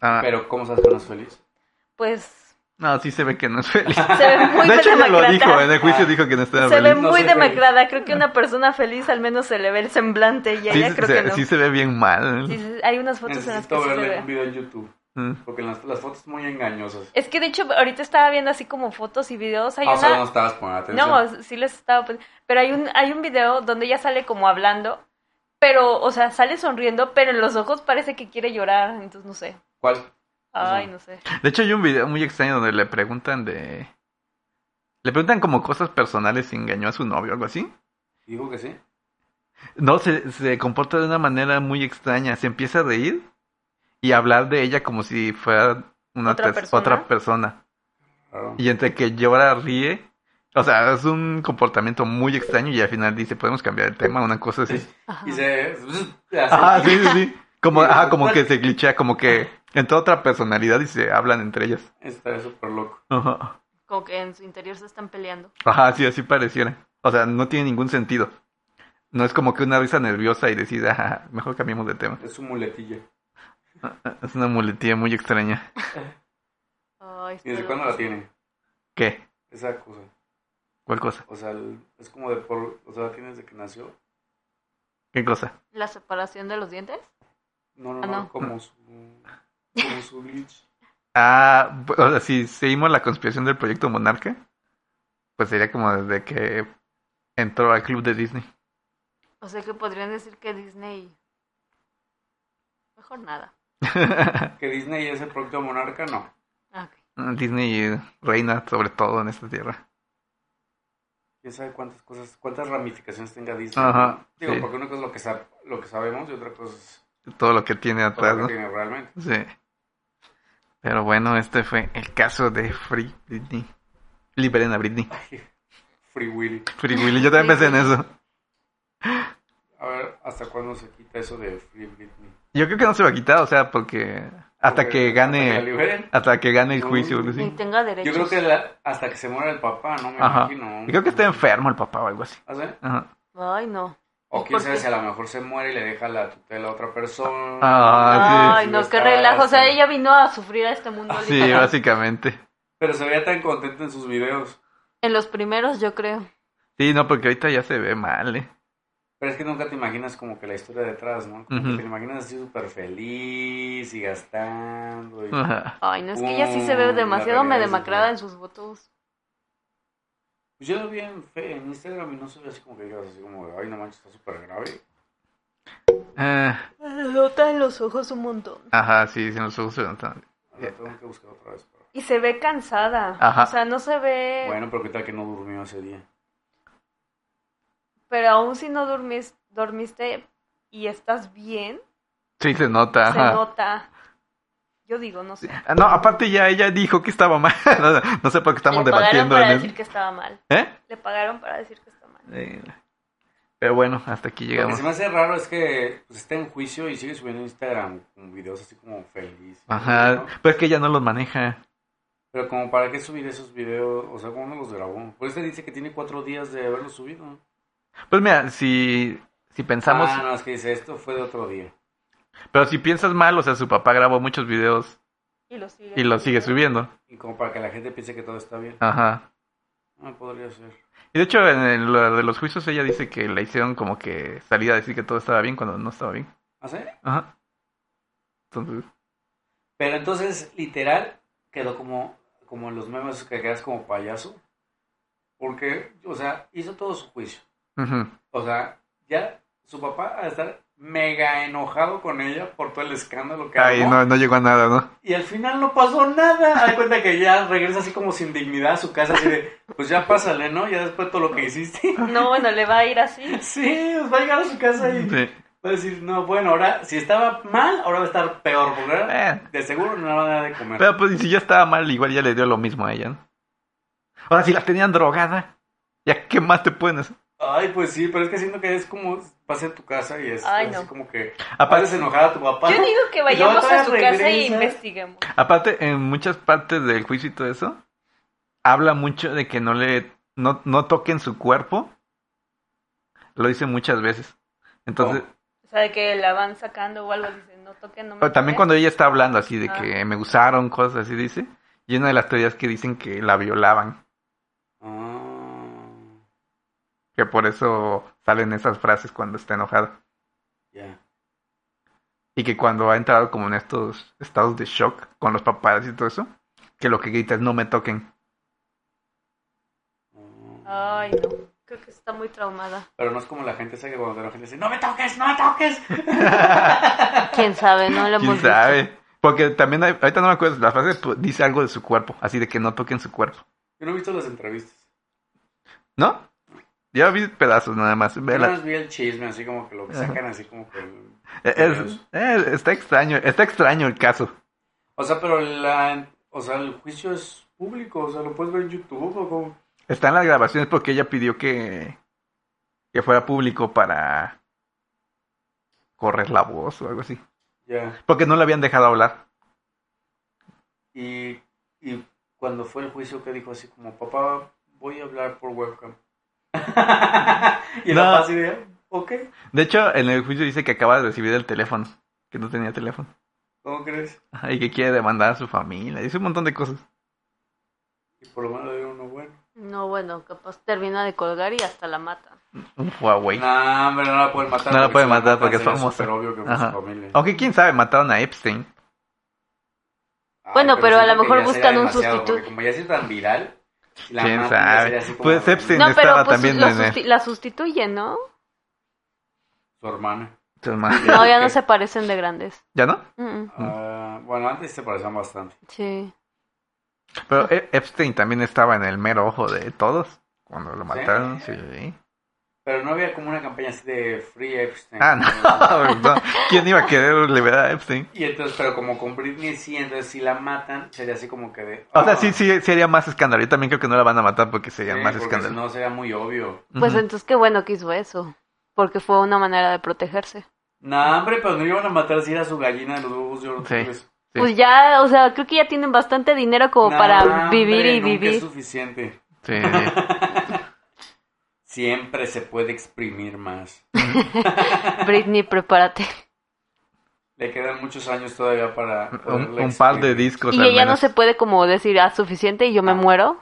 [SPEAKER 1] Ah,
[SPEAKER 2] Pero ¿cómo sabes que no es feliz?
[SPEAKER 3] Pues
[SPEAKER 1] no, sí se ve que no es feliz.
[SPEAKER 3] se ve muy
[SPEAKER 1] de hecho, ya lo
[SPEAKER 3] demacrada.
[SPEAKER 1] dijo, en el juicio
[SPEAKER 2] Ah.
[SPEAKER 1] dijo que no estaba
[SPEAKER 3] Se ve
[SPEAKER 1] feliz.
[SPEAKER 2] No
[SPEAKER 3] muy
[SPEAKER 2] soy feliz.
[SPEAKER 3] demacrada. Creo que una persona feliz al menos se le ve el semblante y a
[SPEAKER 1] Sí,
[SPEAKER 3] ella
[SPEAKER 1] se-
[SPEAKER 3] creo
[SPEAKER 1] se,
[SPEAKER 3] que no.
[SPEAKER 1] sí se ve bien mal.
[SPEAKER 3] Sí, sí, hay unas fotos en las que
[SPEAKER 2] Necesito
[SPEAKER 3] sí se le
[SPEAKER 2] verle un
[SPEAKER 3] ve.
[SPEAKER 2] video en YouTube.
[SPEAKER 1] Mm.
[SPEAKER 2] Porque las, las fotos muy engañosas.
[SPEAKER 3] Es que de hecho ahorita estaba viendo así como fotos y videos. Hay
[SPEAKER 2] Ah, o sea, no
[SPEAKER 3] una...
[SPEAKER 2] estabas poniendo atención.
[SPEAKER 3] No, sí les estaba pon- Pero hay un, hay un video donde ella sale como hablando, pero, o sea, sale sonriendo, pero en los ojos parece que quiere llorar, entonces no sé.
[SPEAKER 2] ¿Cuál?
[SPEAKER 3] Ay,
[SPEAKER 2] Ajá.
[SPEAKER 3] no sé.
[SPEAKER 1] De hecho, hay un video muy extraño donde le preguntan de. Le preguntan como cosas personales si engañó a su novio o algo así.
[SPEAKER 2] Dijo que sí.
[SPEAKER 1] No, se, se comporta de una manera muy extraña. Se empieza a reír y a hablar de ella como si fuera una
[SPEAKER 3] ¿Otra
[SPEAKER 1] ter-
[SPEAKER 3] persona?
[SPEAKER 1] otra persona.
[SPEAKER 2] Claro.
[SPEAKER 1] Y entre que llora, ríe. O sea, es un comportamiento muy extraño y al final dice, podemos cambiar el tema, una cosa así.
[SPEAKER 3] Ajá.
[SPEAKER 2] Y se...
[SPEAKER 1] Ajá, Ah, sí, sí, sí. Como,
[SPEAKER 2] Sí,
[SPEAKER 1] ajá,
[SPEAKER 2] sí.
[SPEAKER 1] como que se glitchea, como que entra otra personalidad y se hablan entre ellas.
[SPEAKER 2] Está súper loco.
[SPEAKER 1] Ajá,
[SPEAKER 3] Como que en su interior se están peleando.
[SPEAKER 1] Ajá, sí, así pareciera. O sea, no tiene ningún sentido. No es como que una risa nerviosa y decir, ajá, mejor cambiemos de tema.
[SPEAKER 2] Es un muletilla.
[SPEAKER 1] Es una muletilla muy extraña.
[SPEAKER 2] ¿Y
[SPEAKER 3] Ay,
[SPEAKER 2] desde
[SPEAKER 3] espero-
[SPEAKER 2] cuándo la tiene?
[SPEAKER 1] ¿Qué?
[SPEAKER 2] Esa cosa.
[SPEAKER 1] ¿Cuál cosa?
[SPEAKER 2] O sea, el- es como de por... O sea, la tiene desde que nació.
[SPEAKER 1] ¿Qué cosa?
[SPEAKER 3] ¿La separación de los dientes?
[SPEAKER 2] No, no,
[SPEAKER 3] Ah,
[SPEAKER 2] no.
[SPEAKER 3] no.
[SPEAKER 2] Como su... Como su glitch.
[SPEAKER 1] Ah, bu- o sea, si seguimos la conspiración del proyecto Monarca, pues sería como desde que entró al club de Disney.
[SPEAKER 3] O sea que podrían decir que Disney... Mejor nada.
[SPEAKER 2] Que Disney es el proyecto monarca, no.
[SPEAKER 3] Ah, ok.
[SPEAKER 1] Disney reina sobre todo en esta tierra.
[SPEAKER 2] Quién sabe cuántas cosas, cuántas ramificaciones tenga Disney.
[SPEAKER 1] Ajá,
[SPEAKER 2] Digo,
[SPEAKER 1] sí.
[SPEAKER 2] porque una cosa es lo que, sab- lo que sabemos y otra cosa es
[SPEAKER 1] Todo lo que tiene
[SPEAKER 2] todo
[SPEAKER 1] atrás,
[SPEAKER 2] lo
[SPEAKER 1] ¿no?
[SPEAKER 2] que tiene realmente.
[SPEAKER 1] Sí. Pero bueno, este fue el caso de Free Britney. Liberen a Britney.
[SPEAKER 2] Free Willy.
[SPEAKER 1] Free Willy, yo también pensé en eso.
[SPEAKER 2] A ver, ¿hasta cuándo se quita eso de Free Britney?
[SPEAKER 1] Yo creo que no se va a quitar, o sea, porque hasta que
[SPEAKER 2] Porque- hasta que la
[SPEAKER 1] gane,
[SPEAKER 2] liberen.
[SPEAKER 1] hasta que gane el juicio, algo
[SPEAKER 3] Ni
[SPEAKER 1] así.
[SPEAKER 3] tenga
[SPEAKER 2] Pues Yo
[SPEAKER 3] derechos.
[SPEAKER 2] creo que la- hasta que se muera el papá, no me
[SPEAKER 1] Ajá.
[SPEAKER 2] imagino.
[SPEAKER 1] Y creo que está enfermo el papá o algo así.
[SPEAKER 2] ¿Ah, sí?
[SPEAKER 1] Ajá.
[SPEAKER 3] Ay, no.
[SPEAKER 2] O
[SPEAKER 3] ¿Y
[SPEAKER 2] quién
[SPEAKER 3] por
[SPEAKER 2] sabe
[SPEAKER 3] qué?
[SPEAKER 2] si a lo mejor se muere y le deja la tutela a otra persona.
[SPEAKER 1] Ah, sí.
[SPEAKER 3] Ay, no, qué relajo. O sea, ella vino a sufrir a este
[SPEAKER 2] Ah,
[SPEAKER 3] mundo.
[SPEAKER 1] Sí,
[SPEAKER 3] literal.
[SPEAKER 1] básicamente.
[SPEAKER 2] Pero se veía tan contenta en sus videos.
[SPEAKER 3] En los primeros, yo creo.
[SPEAKER 1] Sí, no, porque ahorita ya se ve mal, ¿eh?
[SPEAKER 2] Pero es que nunca te imaginas como que la historia detrás, ¿no? Como
[SPEAKER 1] Ujú.
[SPEAKER 2] que te la imaginas así súper feliz y gastando. y-
[SPEAKER 1] Ajá.
[SPEAKER 3] Ay, no, es que ella sí se
[SPEAKER 2] Mm,
[SPEAKER 3] ve
[SPEAKER 2] la
[SPEAKER 3] demasiado me
[SPEAKER 2] realidad es
[SPEAKER 3] demacrada
[SPEAKER 2] otra.
[SPEAKER 3] en sus votos.
[SPEAKER 2] Pues yo lo vi en, fe- en Instagram y no se ve así como que digas así como, ay, no manches, está súper grave.
[SPEAKER 1] Eh,
[SPEAKER 3] Nota en los ojos un montón.
[SPEAKER 1] ajá, sí, se nos ojos se notan.
[SPEAKER 2] La tengo que buscar otra vez. pero-
[SPEAKER 3] Y se ve cansada.
[SPEAKER 1] Ajá.
[SPEAKER 3] O sea, no se ve...
[SPEAKER 2] Bueno, pero qué tal que no durmió ese día.
[SPEAKER 3] Pero aún si no dormis- dormiste y estás bien,
[SPEAKER 1] Sí, se nota,
[SPEAKER 3] se
[SPEAKER 1] ajá.
[SPEAKER 3] nota. Yo digo, no sé.
[SPEAKER 1] Ah, No, aparte ya ella dijo que estaba mal. No, no, no sé por qué estamos
[SPEAKER 3] Le pagaron
[SPEAKER 1] debatiendo
[SPEAKER 3] para
[SPEAKER 1] en
[SPEAKER 3] decir
[SPEAKER 1] eso.
[SPEAKER 3] que estaba mal.
[SPEAKER 1] ¿Eh?
[SPEAKER 3] Le pagaron para decir que está mal.
[SPEAKER 1] Eh, Pero bueno, hasta aquí
[SPEAKER 2] Lo que
[SPEAKER 1] llegamos.
[SPEAKER 2] se me hace raro es que pues, está en juicio y sigue subiendo a Instagram con videos así como feliz.
[SPEAKER 1] Ajá,
[SPEAKER 2] ¿no?
[SPEAKER 1] pero es que ella no los maneja.
[SPEAKER 2] Pero como para qué subir esos videos, o sea, ¿cuándo los grabó? Por eso dice que tiene cuatro días de haberlos subido.
[SPEAKER 1] Pues mira, si, si pensamos,
[SPEAKER 2] Ah, no, es que dice, esto fue de otro día.
[SPEAKER 1] pero si piensas mal, o sea, su papá grabó muchos videos
[SPEAKER 3] Y lo sigue.
[SPEAKER 1] y los sigue subiendo.
[SPEAKER 2] Y como para que la gente piense que todo está bien.
[SPEAKER 1] Ajá.
[SPEAKER 2] No podría ser.
[SPEAKER 1] Y de hecho, en el- lo de los juicios, ella dice que la hicieron como que salía a decir que todo estaba bien cuando no estaba bien.
[SPEAKER 2] ¿Ah, sí?
[SPEAKER 1] Ajá. Entonces,
[SPEAKER 2] Pero entonces, literal, quedó como, como en los memes esos que quedas como payaso. Porque, o sea, hizo todo su juicio.
[SPEAKER 1] ujú.
[SPEAKER 2] O sea, ya su papá ha de estar mega enojado con ella por todo el escándalo que
[SPEAKER 1] Ay,
[SPEAKER 2] armó.
[SPEAKER 1] no, no llegó a nada, ¿no?
[SPEAKER 2] Y al final no pasó nada. Hay cuenta que ya regresa así como sin dignidad a su casa, así de, pues ya pásale, ¿no? Ya después de todo lo que hiciste.
[SPEAKER 3] No, bueno, le va a ir así.
[SPEAKER 2] Sí, pues va a llegar a su casa y
[SPEAKER 1] Sí.
[SPEAKER 2] va a decir, no, bueno, ahora, si estaba mal, ahora va a estar peor, porque ahora
[SPEAKER 1] Eh,
[SPEAKER 2] de seguro no va a dar de comer.
[SPEAKER 1] pero pues y si ya estaba mal, igual ya le dio lo mismo a ella, ¿no? Ahora, si la tenían drogada, ¿ya qué más te pueden hacer?
[SPEAKER 2] Ay, pues sí, pero es que siento que es como pasa en tu casa y es
[SPEAKER 3] Ay,
[SPEAKER 2] así
[SPEAKER 3] no.
[SPEAKER 2] como que
[SPEAKER 1] Aparte,
[SPEAKER 2] pases enojada a tu papá.
[SPEAKER 3] Yo digo que
[SPEAKER 2] luego
[SPEAKER 3] vayamos a
[SPEAKER 2] todavía
[SPEAKER 3] su casa y
[SPEAKER 2] regresa.
[SPEAKER 3] investiguemos.
[SPEAKER 1] aparte, en muchas partes del juicio y todo eso, habla mucho de que no le, no, no toquen su cuerpo. Lo dice muchas veces. Entonces,
[SPEAKER 3] O sea, de que la van sacando o algo, dicen, no toquen, no me
[SPEAKER 1] Pero también
[SPEAKER 3] toquen.
[SPEAKER 1] cuando ella está hablando así de
[SPEAKER 3] Oh. Ah.
[SPEAKER 1] que me usaron, cosas así dice. Y una de las teorías que dicen que la violaban.
[SPEAKER 2] Ah,
[SPEAKER 1] Que por eso salen esas frases cuando está enojada.
[SPEAKER 2] ya.
[SPEAKER 1] Y que cuando ha entrado como en estos estados de shock con los papás y todo eso, que lo que grita es no me toquen.
[SPEAKER 3] Ay, no. Creo que está muy traumada.
[SPEAKER 2] Ah. Pero no es como la gente esa que cuando la gente dice, no me toques, no me toques.
[SPEAKER 3] ¿Quién sabe? No lo hemos
[SPEAKER 1] ¿Quién
[SPEAKER 3] visto.
[SPEAKER 1] sabe? Porque también, hay- ahorita no me acuerdo, la frase pues, dice algo de su cuerpo, así de que no toquen su cuerpo.
[SPEAKER 2] Yo no he visto las entrevistas.
[SPEAKER 1] ¿No? Ya vi pedazos nada más.
[SPEAKER 2] Yo
[SPEAKER 1] Vela. Eh,
[SPEAKER 2] nada más vi el chisme, así como que lo que sacan, así como que... el-
[SPEAKER 1] Es- es- está extraño, está extraño el caso.
[SPEAKER 2] O sea, pero la... O sea, el juicio es público, o sea, lo puedes ver en YouTube o como...
[SPEAKER 1] Está en las grabaciones porque ella pidió que, que fuera público para correr la voz o algo así.
[SPEAKER 2] Ya.
[SPEAKER 1] Porque no la habían dejado hablar.
[SPEAKER 2] Y, y cuando fue el juicio que dijo así como, papá, voy a hablar por webcam. y el
[SPEAKER 1] No.
[SPEAKER 2] papá así de, ok,
[SPEAKER 1] De hecho, en el juicio dice que acaba de recibir el teléfono, que no tenía teléfono.
[SPEAKER 2] ¿cómo crees?
[SPEAKER 1] Ajá, Y que quiere demandar a su familia. Dice un montón de cosas.
[SPEAKER 2] Y por lo menos le dieron uno bueno.
[SPEAKER 3] No, bueno, capaz termina de colgar y hasta la mata.
[SPEAKER 1] Un Huawei.
[SPEAKER 2] No, hombre, no la pueden matar.
[SPEAKER 1] No la
[SPEAKER 2] porque
[SPEAKER 1] pueden
[SPEAKER 2] si
[SPEAKER 1] matar
[SPEAKER 2] matan
[SPEAKER 1] porque es
[SPEAKER 2] sería
[SPEAKER 1] famosa.
[SPEAKER 2] súper obvio que fue
[SPEAKER 1] Ajá.
[SPEAKER 2] su familia.
[SPEAKER 1] Aunque quién sabe, mataron a Epstein.
[SPEAKER 2] Ay,
[SPEAKER 3] Bueno, pero a
[SPEAKER 2] siento
[SPEAKER 3] lo
[SPEAKER 2] que
[SPEAKER 3] mejor
[SPEAKER 2] ya
[SPEAKER 3] buscan
[SPEAKER 2] sería
[SPEAKER 3] un
[SPEAKER 2] demasiado,
[SPEAKER 3] sustituto.
[SPEAKER 2] porque Como ya es tan viral, si la
[SPEAKER 1] ¿Quién
[SPEAKER 2] matan, ya
[SPEAKER 1] sabe?
[SPEAKER 2] sería así como
[SPEAKER 1] Pues
[SPEAKER 2] de
[SPEAKER 1] Epstein.
[SPEAKER 3] no,
[SPEAKER 1] estaba
[SPEAKER 3] pero pues
[SPEAKER 1] también
[SPEAKER 3] lo
[SPEAKER 1] en el-
[SPEAKER 3] susti- la sustituye, ¿no?
[SPEAKER 2] Su hermana.
[SPEAKER 1] Entonces, ma-
[SPEAKER 3] No, ya no
[SPEAKER 2] Ok.
[SPEAKER 3] se parecen de grandes.
[SPEAKER 1] ¿Ya no?
[SPEAKER 3] Mm, mm,
[SPEAKER 2] Ah, bueno, antes se parecían bastante.
[SPEAKER 3] sí.
[SPEAKER 1] Pero E- Epstein también estaba en el mero ojo de todos cuando lo mataron. Sí.
[SPEAKER 2] Pero no había como una campaña así de Free Epstein.
[SPEAKER 1] Ah, no, no. ¿Quién iba a querer liberar a Epstein?
[SPEAKER 2] Y entonces, pero como con Britney sí, entonces si la matan, sería así como que de...
[SPEAKER 1] O sea,
[SPEAKER 2] ah,
[SPEAKER 1] sí, sí, sería más escándalo. Yo también creo que no la van a matar porque
[SPEAKER 2] sí,
[SPEAKER 1] sería más
[SPEAKER 2] porque
[SPEAKER 1] escándalo.
[SPEAKER 2] si No, sería muy obvio.
[SPEAKER 1] Ujú.
[SPEAKER 3] Pues entonces qué bueno que hizo eso. Porque fue una manera de protegerse.
[SPEAKER 2] No, hombre, pero no iban a matar si era su gallina de los huevos de oro. ¿tú
[SPEAKER 1] Sí.
[SPEAKER 2] crees?
[SPEAKER 1] Sí.
[SPEAKER 3] Pues ya, o sea, creo que ya tienen bastante dinero como
[SPEAKER 2] No,
[SPEAKER 3] para
[SPEAKER 2] hombre,
[SPEAKER 3] vivir y
[SPEAKER 2] nunca es
[SPEAKER 3] vivir.
[SPEAKER 2] suficiente.
[SPEAKER 1] Sí.
[SPEAKER 2] Siempre se puede exprimir más.
[SPEAKER 3] Britney, prepárate.
[SPEAKER 2] Le quedan muchos años todavía para...
[SPEAKER 1] un,
[SPEAKER 2] poderle
[SPEAKER 1] un par de
[SPEAKER 2] exprimir.
[SPEAKER 1] discos
[SPEAKER 3] y
[SPEAKER 1] Pues al
[SPEAKER 3] ella no
[SPEAKER 1] menos.
[SPEAKER 3] se puede como decir, ah, suficiente y yo me
[SPEAKER 2] Ah.
[SPEAKER 3] muero.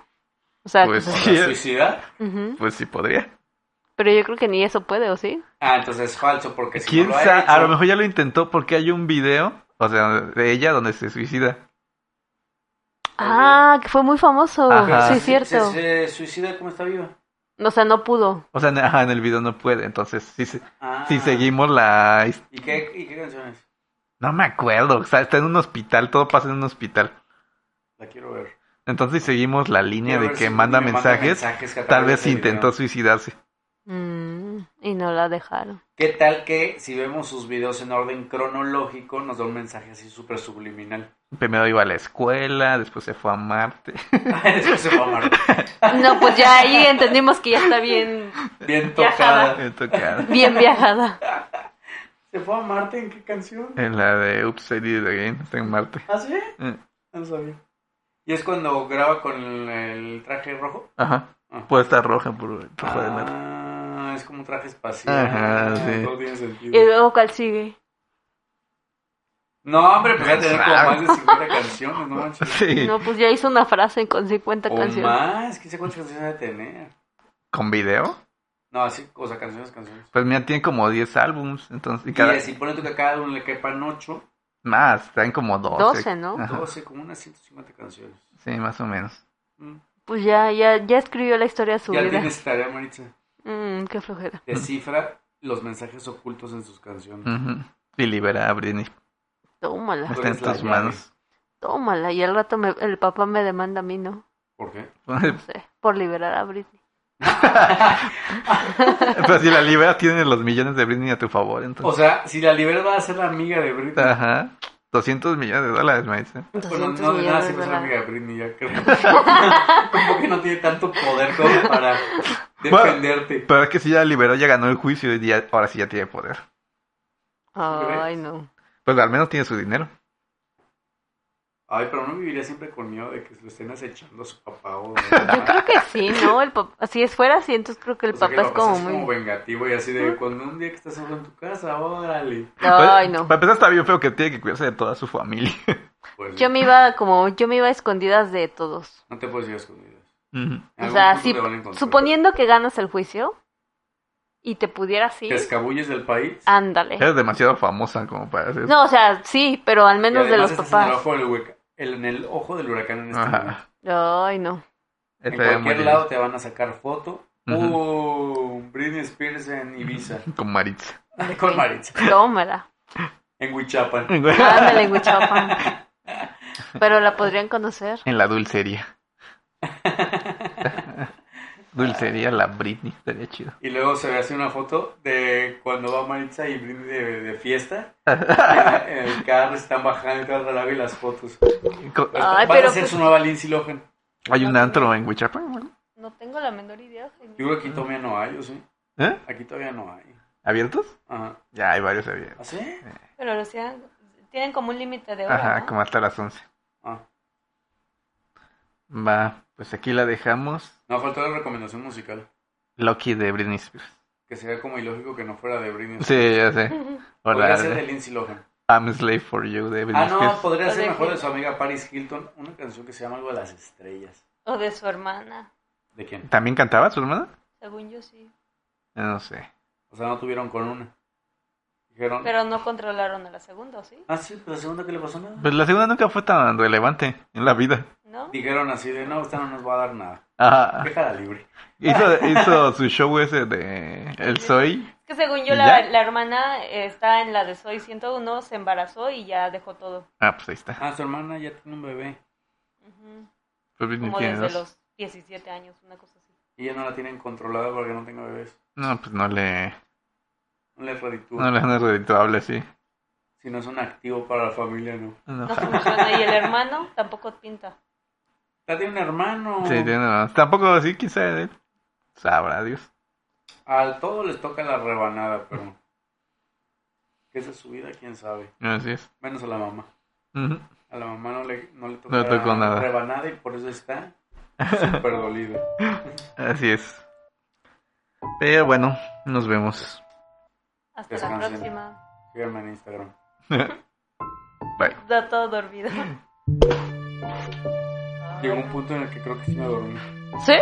[SPEAKER 3] O sea,
[SPEAKER 1] Pues
[SPEAKER 3] que-
[SPEAKER 2] O
[SPEAKER 1] sí.
[SPEAKER 2] sea, ¿Suicida?
[SPEAKER 3] Ujú.
[SPEAKER 1] Pues sí podría.
[SPEAKER 3] pero yo creo que ni eso puede, ¿o sí?
[SPEAKER 2] Ah, entonces es falso porque si
[SPEAKER 1] ¿Quién
[SPEAKER 2] no lo ha
[SPEAKER 1] sabe?
[SPEAKER 2] hecho-
[SPEAKER 1] A lo mejor ya lo intentó porque hay un video, o sea, de ella donde se suicida.
[SPEAKER 3] Ah, que fue muy famoso.
[SPEAKER 1] Pues Ajá.
[SPEAKER 3] Sí,
[SPEAKER 2] Si-
[SPEAKER 3] es cierto.
[SPEAKER 2] Si se suicida, ¿cómo está viva?
[SPEAKER 3] O sea, no pudo.
[SPEAKER 1] O sea, en, ajá, en el video no puede. Entonces, si, se-
[SPEAKER 2] Ah.
[SPEAKER 1] si seguimos la... his-
[SPEAKER 2] ¿Y qué, y qué canción es?
[SPEAKER 1] No me acuerdo. O sea, está en un hospital. Todo pasa en un hospital.
[SPEAKER 2] La quiero ver.
[SPEAKER 1] Entonces seguimos la línea
[SPEAKER 2] Quiero
[SPEAKER 1] de
[SPEAKER 2] ver
[SPEAKER 1] que
[SPEAKER 2] si
[SPEAKER 1] manda
[SPEAKER 2] me
[SPEAKER 1] mensajes.
[SPEAKER 2] mensajes que a
[SPEAKER 1] Tal
[SPEAKER 2] través de
[SPEAKER 1] vez
[SPEAKER 2] ese
[SPEAKER 1] intentó
[SPEAKER 2] video.
[SPEAKER 1] suicidarse.
[SPEAKER 3] Mm, y no la dejaron.
[SPEAKER 2] ¿Qué tal que si vemos sus videos en orden cronológico nos da un mensaje así súper subliminal?
[SPEAKER 1] Primero iba a la escuela, después se fue a Marte.
[SPEAKER 2] Después se va a amar.
[SPEAKER 3] No, pues ya ahí entendimos que ya está bien,
[SPEAKER 2] Bien
[SPEAKER 3] Viajada.
[SPEAKER 2] tocada.
[SPEAKER 1] Me tocaron.
[SPEAKER 3] bien viajada.
[SPEAKER 2] ¿Se fue a Marte en qué canción?
[SPEAKER 1] En la de Upside Down, está en Marte.
[SPEAKER 2] ¿Ah, sí?
[SPEAKER 1] Eh,
[SPEAKER 2] No sabía. ¿Y es cuando graba con el, el traje rojo?
[SPEAKER 1] Ajá.
[SPEAKER 2] Ah.
[SPEAKER 1] Puede estar roja por roja de Marte.
[SPEAKER 2] Ah, es como un traje espacial.
[SPEAKER 1] Ajá, sí.
[SPEAKER 2] No tiene
[SPEAKER 3] Y
[SPEAKER 2] sentido.
[SPEAKER 3] luego cuál sigue.
[SPEAKER 2] No, hombre, pues va a tener como más de 50 canciones, Ah. no manches.
[SPEAKER 1] Sí,
[SPEAKER 3] No, pues ya hizo una frase con 50
[SPEAKER 2] O
[SPEAKER 3] canciones.
[SPEAKER 2] más, quién sabe cuántas canciones va a tener.
[SPEAKER 1] con video.
[SPEAKER 2] No, así, o sea, canciones, canciones.
[SPEAKER 1] Pues mira, tiene como 10 álbums. Entonces, y
[SPEAKER 2] Y
[SPEAKER 1] cada.
[SPEAKER 2] así ponen tú que a cada uno le quepan 8,
[SPEAKER 1] Más, están como 12.
[SPEAKER 3] 12, ¿no?
[SPEAKER 1] Ajá,
[SPEAKER 2] 12, como unas 150 canciones.
[SPEAKER 1] Sí, más o menos.
[SPEAKER 2] Mm.
[SPEAKER 3] Pues ya, ya, ya escribió la historia de su
[SPEAKER 2] Ya
[SPEAKER 3] vida.
[SPEAKER 2] tienes tarea, Maritza.
[SPEAKER 3] Mm, qué flojera.
[SPEAKER 2] Descifra los mensajes ocultos en sus canciones.
[SPEAKER 1] Ujú. Y libera a Britney.
[SPEAKER 3] Tómala,
[SPEAKER 1] Está en
[SPEAKER 2] eres Pues la
[SPEAKER 1] tus
[SPEAKER 2] llave.
[SPEAKER 1] manos.
[SPEAKER 3] tómala. Y al rato me- el papá me demanda a mí, ¿no?
[SPEAKER 2] ¿Por qué?
[SPEAKER 3] No sé, por liberar a Britney.
[SPEAKER 1] Pero Pues si la libera, tienes los millones de Britney a tu favor.
[SPEAKER 2] O
[SPEAKER 1] Entonces.
[SPEAKER 2] sea, si la libera va a ser la amiga de Britney.
[SPEAKER 1] Ajá. 200 millones de dólares, me dice.
[SPEAKER 2] Bueno,
[SPEAKER 3] 200
[SPEAKER 2] no, de nada
[SPEAKER 3] millones de
[SPEAKER 2] siempre es la
[SPEAKER 3] dólares.
[SPEAKER 2] amiga de Britney, ya creo. como que no tiene tanto poder como para
[SPEAKER 1] Bueno,
[SPEAKER 2] defenderte.
[SPEAKER 1] Pero es que si ya la liberó, ya ganó el juicio y ya- ahora sí ya tiene poder.
[SPEAKER 3] Ay, no.
[SPEAKER 1] Pues al menos tiene su dinero.
[SPEAKER 2] Ay, pero no viviría siempre con miedo de que lo estén acechando a su papá o...
[SPEAKER 3] Yo creo que sí, ¿no? El papá, si es fuera así, entonces creo que el
[SPEAKER 2] O sea, que
[SPEAKER 3] papá
[SPEAKER 2] lo
[SPEAKER 3] es
[SPEAKER 2] pasas
[SPEAKER 3] como muy...
[SPEAKER 2] vengativo y así de cuando un día que estás solo en tu casa, órale.
[SPEAKER 3] Ay,
[SPEAKER 1] Pues,
[SPEAKER 3] no.
[SPEAKER 1] Para empezar, está bien feo que tiene que cuidarse de toda su familia.
[SPEAKER 2] Pues,
[SPEAKER 3] Yo me iba como, yo me iba a escondidas de todos.
[SPEAKER 2] No te puedes ir a escondidas.
[SPEAKER 1] Ujú.
[SPEAKER 2] En
[SPEAKER 3] O
[SPEAKER 2] algún
[SPEAKER 3] sea,
[SPEAKER 2] punto
[SPEAKER 3] si,
[SPEAKER 2] te van a encontrar.
[SPEAKER 3] suponiendo que ganas el juicio, y te pudieras ir,
[SPEAKER 2] Te escabulles del país.
[SPEAKER 3] ándale.
[SPEAKER 1] Eres demasiado famosa como para hacer
[SPEAKER 3] No, o sea, sí, pero al menos
[SPEAKER 2] y
[SPEAKER 3] de los
[SPEAKER 2] además estás En el,
[SPEAKER 3] papás.
[SPEAKER 2] ojo del huracán, el- en el ojo del huracán en este
[SPEAKER 1] Ajá.
[SPEAKER 2] momento.
[SPEAKER 3] Ay, no.
[SPEAKER 2] En
[SPEAKER 1] Estaría muy
[SPEAKER 2] cualquier
[SPEAKER 1] bien.
[SPEAKER 2] lado te van a sacar foto.
[SPEAKER 1] Ujú.
[SPEAKER 2] ¡Uh! Britney Spears en Ibiza.
[SPEAKER 1] Con Maritza.
[SPEAKER 2] Con Maritza.
[SPEAKER 3] Tómala.
[SPEAKER 2] En Huichapan.
[SPEAKER 3] Ándale, Huichapan. Pero la podrían conocer.
[SPEAKER 1] En la dulcería. dulcería, la Britney. Estaría chido.
[SPEAKER 2] Y luego se ve así una foto de cuando va Maritza y Britney de, de fiesta. en el carro están bajando y todo el relajo y las fotos.
[SPEAKER 1] Co-
[SPEAKER 3] Ay,
[SPEAKER 2] van
[SPEAKER 3] pero
[SPEAKER 2] a ser
[SPEAKER 3] pues-
[SPEAKER 2] su nueva Lindsay Lohan.
[SPEAKER 1] Hay un antro en Huichapan. güey?
[SPEAKER 3] No tengo la menor idea.
[SPEAKER 2] Yo creo que aquí todavía no hay, ¿o sí?
[SPEAKER 1] ¿Eh?
[SPEAKER 2] Aquí todavía no hay.
[SPEAKER 1] ¿Abiertos?
[SPEAKER 2] Ajá.
[SPEAKER 1] Ya hay varios abiertos.
[SPEAKER 2] ¿Ah, sí?
[SPEAKER 3] Pero los tienen, tienen como un límite de hora,
[SPEAKER 1] Ajá,
[SPEAKER 3] ¿no?
[SPEAKER 1] como hasta las 11.
[SPEAKER 2] Ah.
[SPEAKER 1] Va, pues aquí la dejamos.
[SPEAKER 2] No, faltó la recomendación musical.
[SPEAKER 1] Loki de Britney Spears.
[SPEAKER 2] Que sería como ilógico que no fuera de Britney. Spears.
[SPEAKER 1] Sí, ya sé. O
[SPEAKER 2] Podría
[SPEAKER 1] la
[SPEAKER 2] ser de
[SPEAKER 1] de
[SPEAKER 2] Lindsay Lohan.
[SPEAKER 1] I'm a Slave for You de Britney
[SPEAKER 2] Ah, no,
[SPEAKER 1] Spears.
[SPEAKER 2] podría
[SPEAKER 3] Los
[SPEAKER 2] ser
[SPEAKER 3] Pues de
[SPEAKER 2] mejor de
[SPEAKER 3] Hilton.
[SPEAKER 2] su amiga Paris Hilton. Una canción que se llama algo de las estrellas.
[SPEAKER 3] O de su hermana,
[SPEAKER 2] ¿De quién?
[SPEAKER 1] ¿También cantaba su hermana? Eh,
[SPEAKER 3] según yo sí.
[SPEAKER 1] No sé.
[SPEAKER 2] O sea, no tuvieron con una. Dijeron.
[SPEAKER 3] Pero no controlaron a la segunda, ¿o sí?
[SPEAKER 2] Ah, sí, pero la segunda que le pasó nada.
[SPEAKER 1] Pues la segunda nunca fue tan relevante en la vida.
[SPEAKER 3] ¿No?
[SPEAKER 2] Dijeron así de, no, esta no nos va a dar nada.
[SPEAKER 1] Ajá.
[SPEAKER 2] Déjala libre.
[SPEAKER 1] Hizo, hizo su show ese de El Soy.
[SPEAKER 3] Es que según yo
[SPEAKER 1] ¿Y
[SPEAKER 3] la,
[SPEAKER 1] ya?
[SPEAKER 3] la hermana eh, está en la de Soy 101, se embarazó y ya dejó todo.
[SPEAKER 1] Ah, pues ahí está.
[SPEAKER 2] Ah, su hermana ya tiene un bebé.
[SPEAKER 3] Ujú.
[SPEAKER 1] Pues Britney
[SPEAKER 3] Como
[SPEAKER 1] tiene dos.
[SPEAKER 3] desde los 17 años, una cosa así.
[SPEAKER 2] Y ya no la tienen controlada porque no tengo bebés.
[SPEAKER 1] No, pues no le,
[SPEAKER 2] No le reditúa.
[SPEAKER 1] no le no es redituable, sí.
[SPEAKER 2] Si no es un activo para la familia, no.
[SPEAKER 1] No,
[SPEAKER 3] No
[SPEAKER 1] ja.
[SPEAKER 3] funciona. Y el hermano tampoco pinta.
[SPEAKER 2] Ya tiene un hermano.
[SPEAKER 1] Sí, tiene más. Tampoco así, quizá de él. Sabrá Dios.
[SPEAKER 2] Al todo les toca la rebanada, pero. ¿Qué es de su vida? ¿Quién sabe?
[SPEAKER 1] Así es.
[SPEAKER 2] Menos a la mamá.
[SPEAKER 1] Ujú.
[SPEAKER 2] A la mamá no le, no le toca
[SPEAKER 1] No le tocó nada.
[SPEAKER 2] rebanada y por eso está súper dolida.
[SPEAKER 1] Así es. Pero bueno, nos vemos.
[SPEAKER 3] Hasta la
[SPEAKER 2] Descansen.
[SPEAKER 3] próxima.
[SPEAKER 2] Síganme en Instagram.
[SPEAKER 1] Bye.
[SPEAKER 3] Da todo dormido.
[SPEAKER 2] Llegó un punto en el que creo que sí me dormí.
[SPEAKER 3] ¿Sí?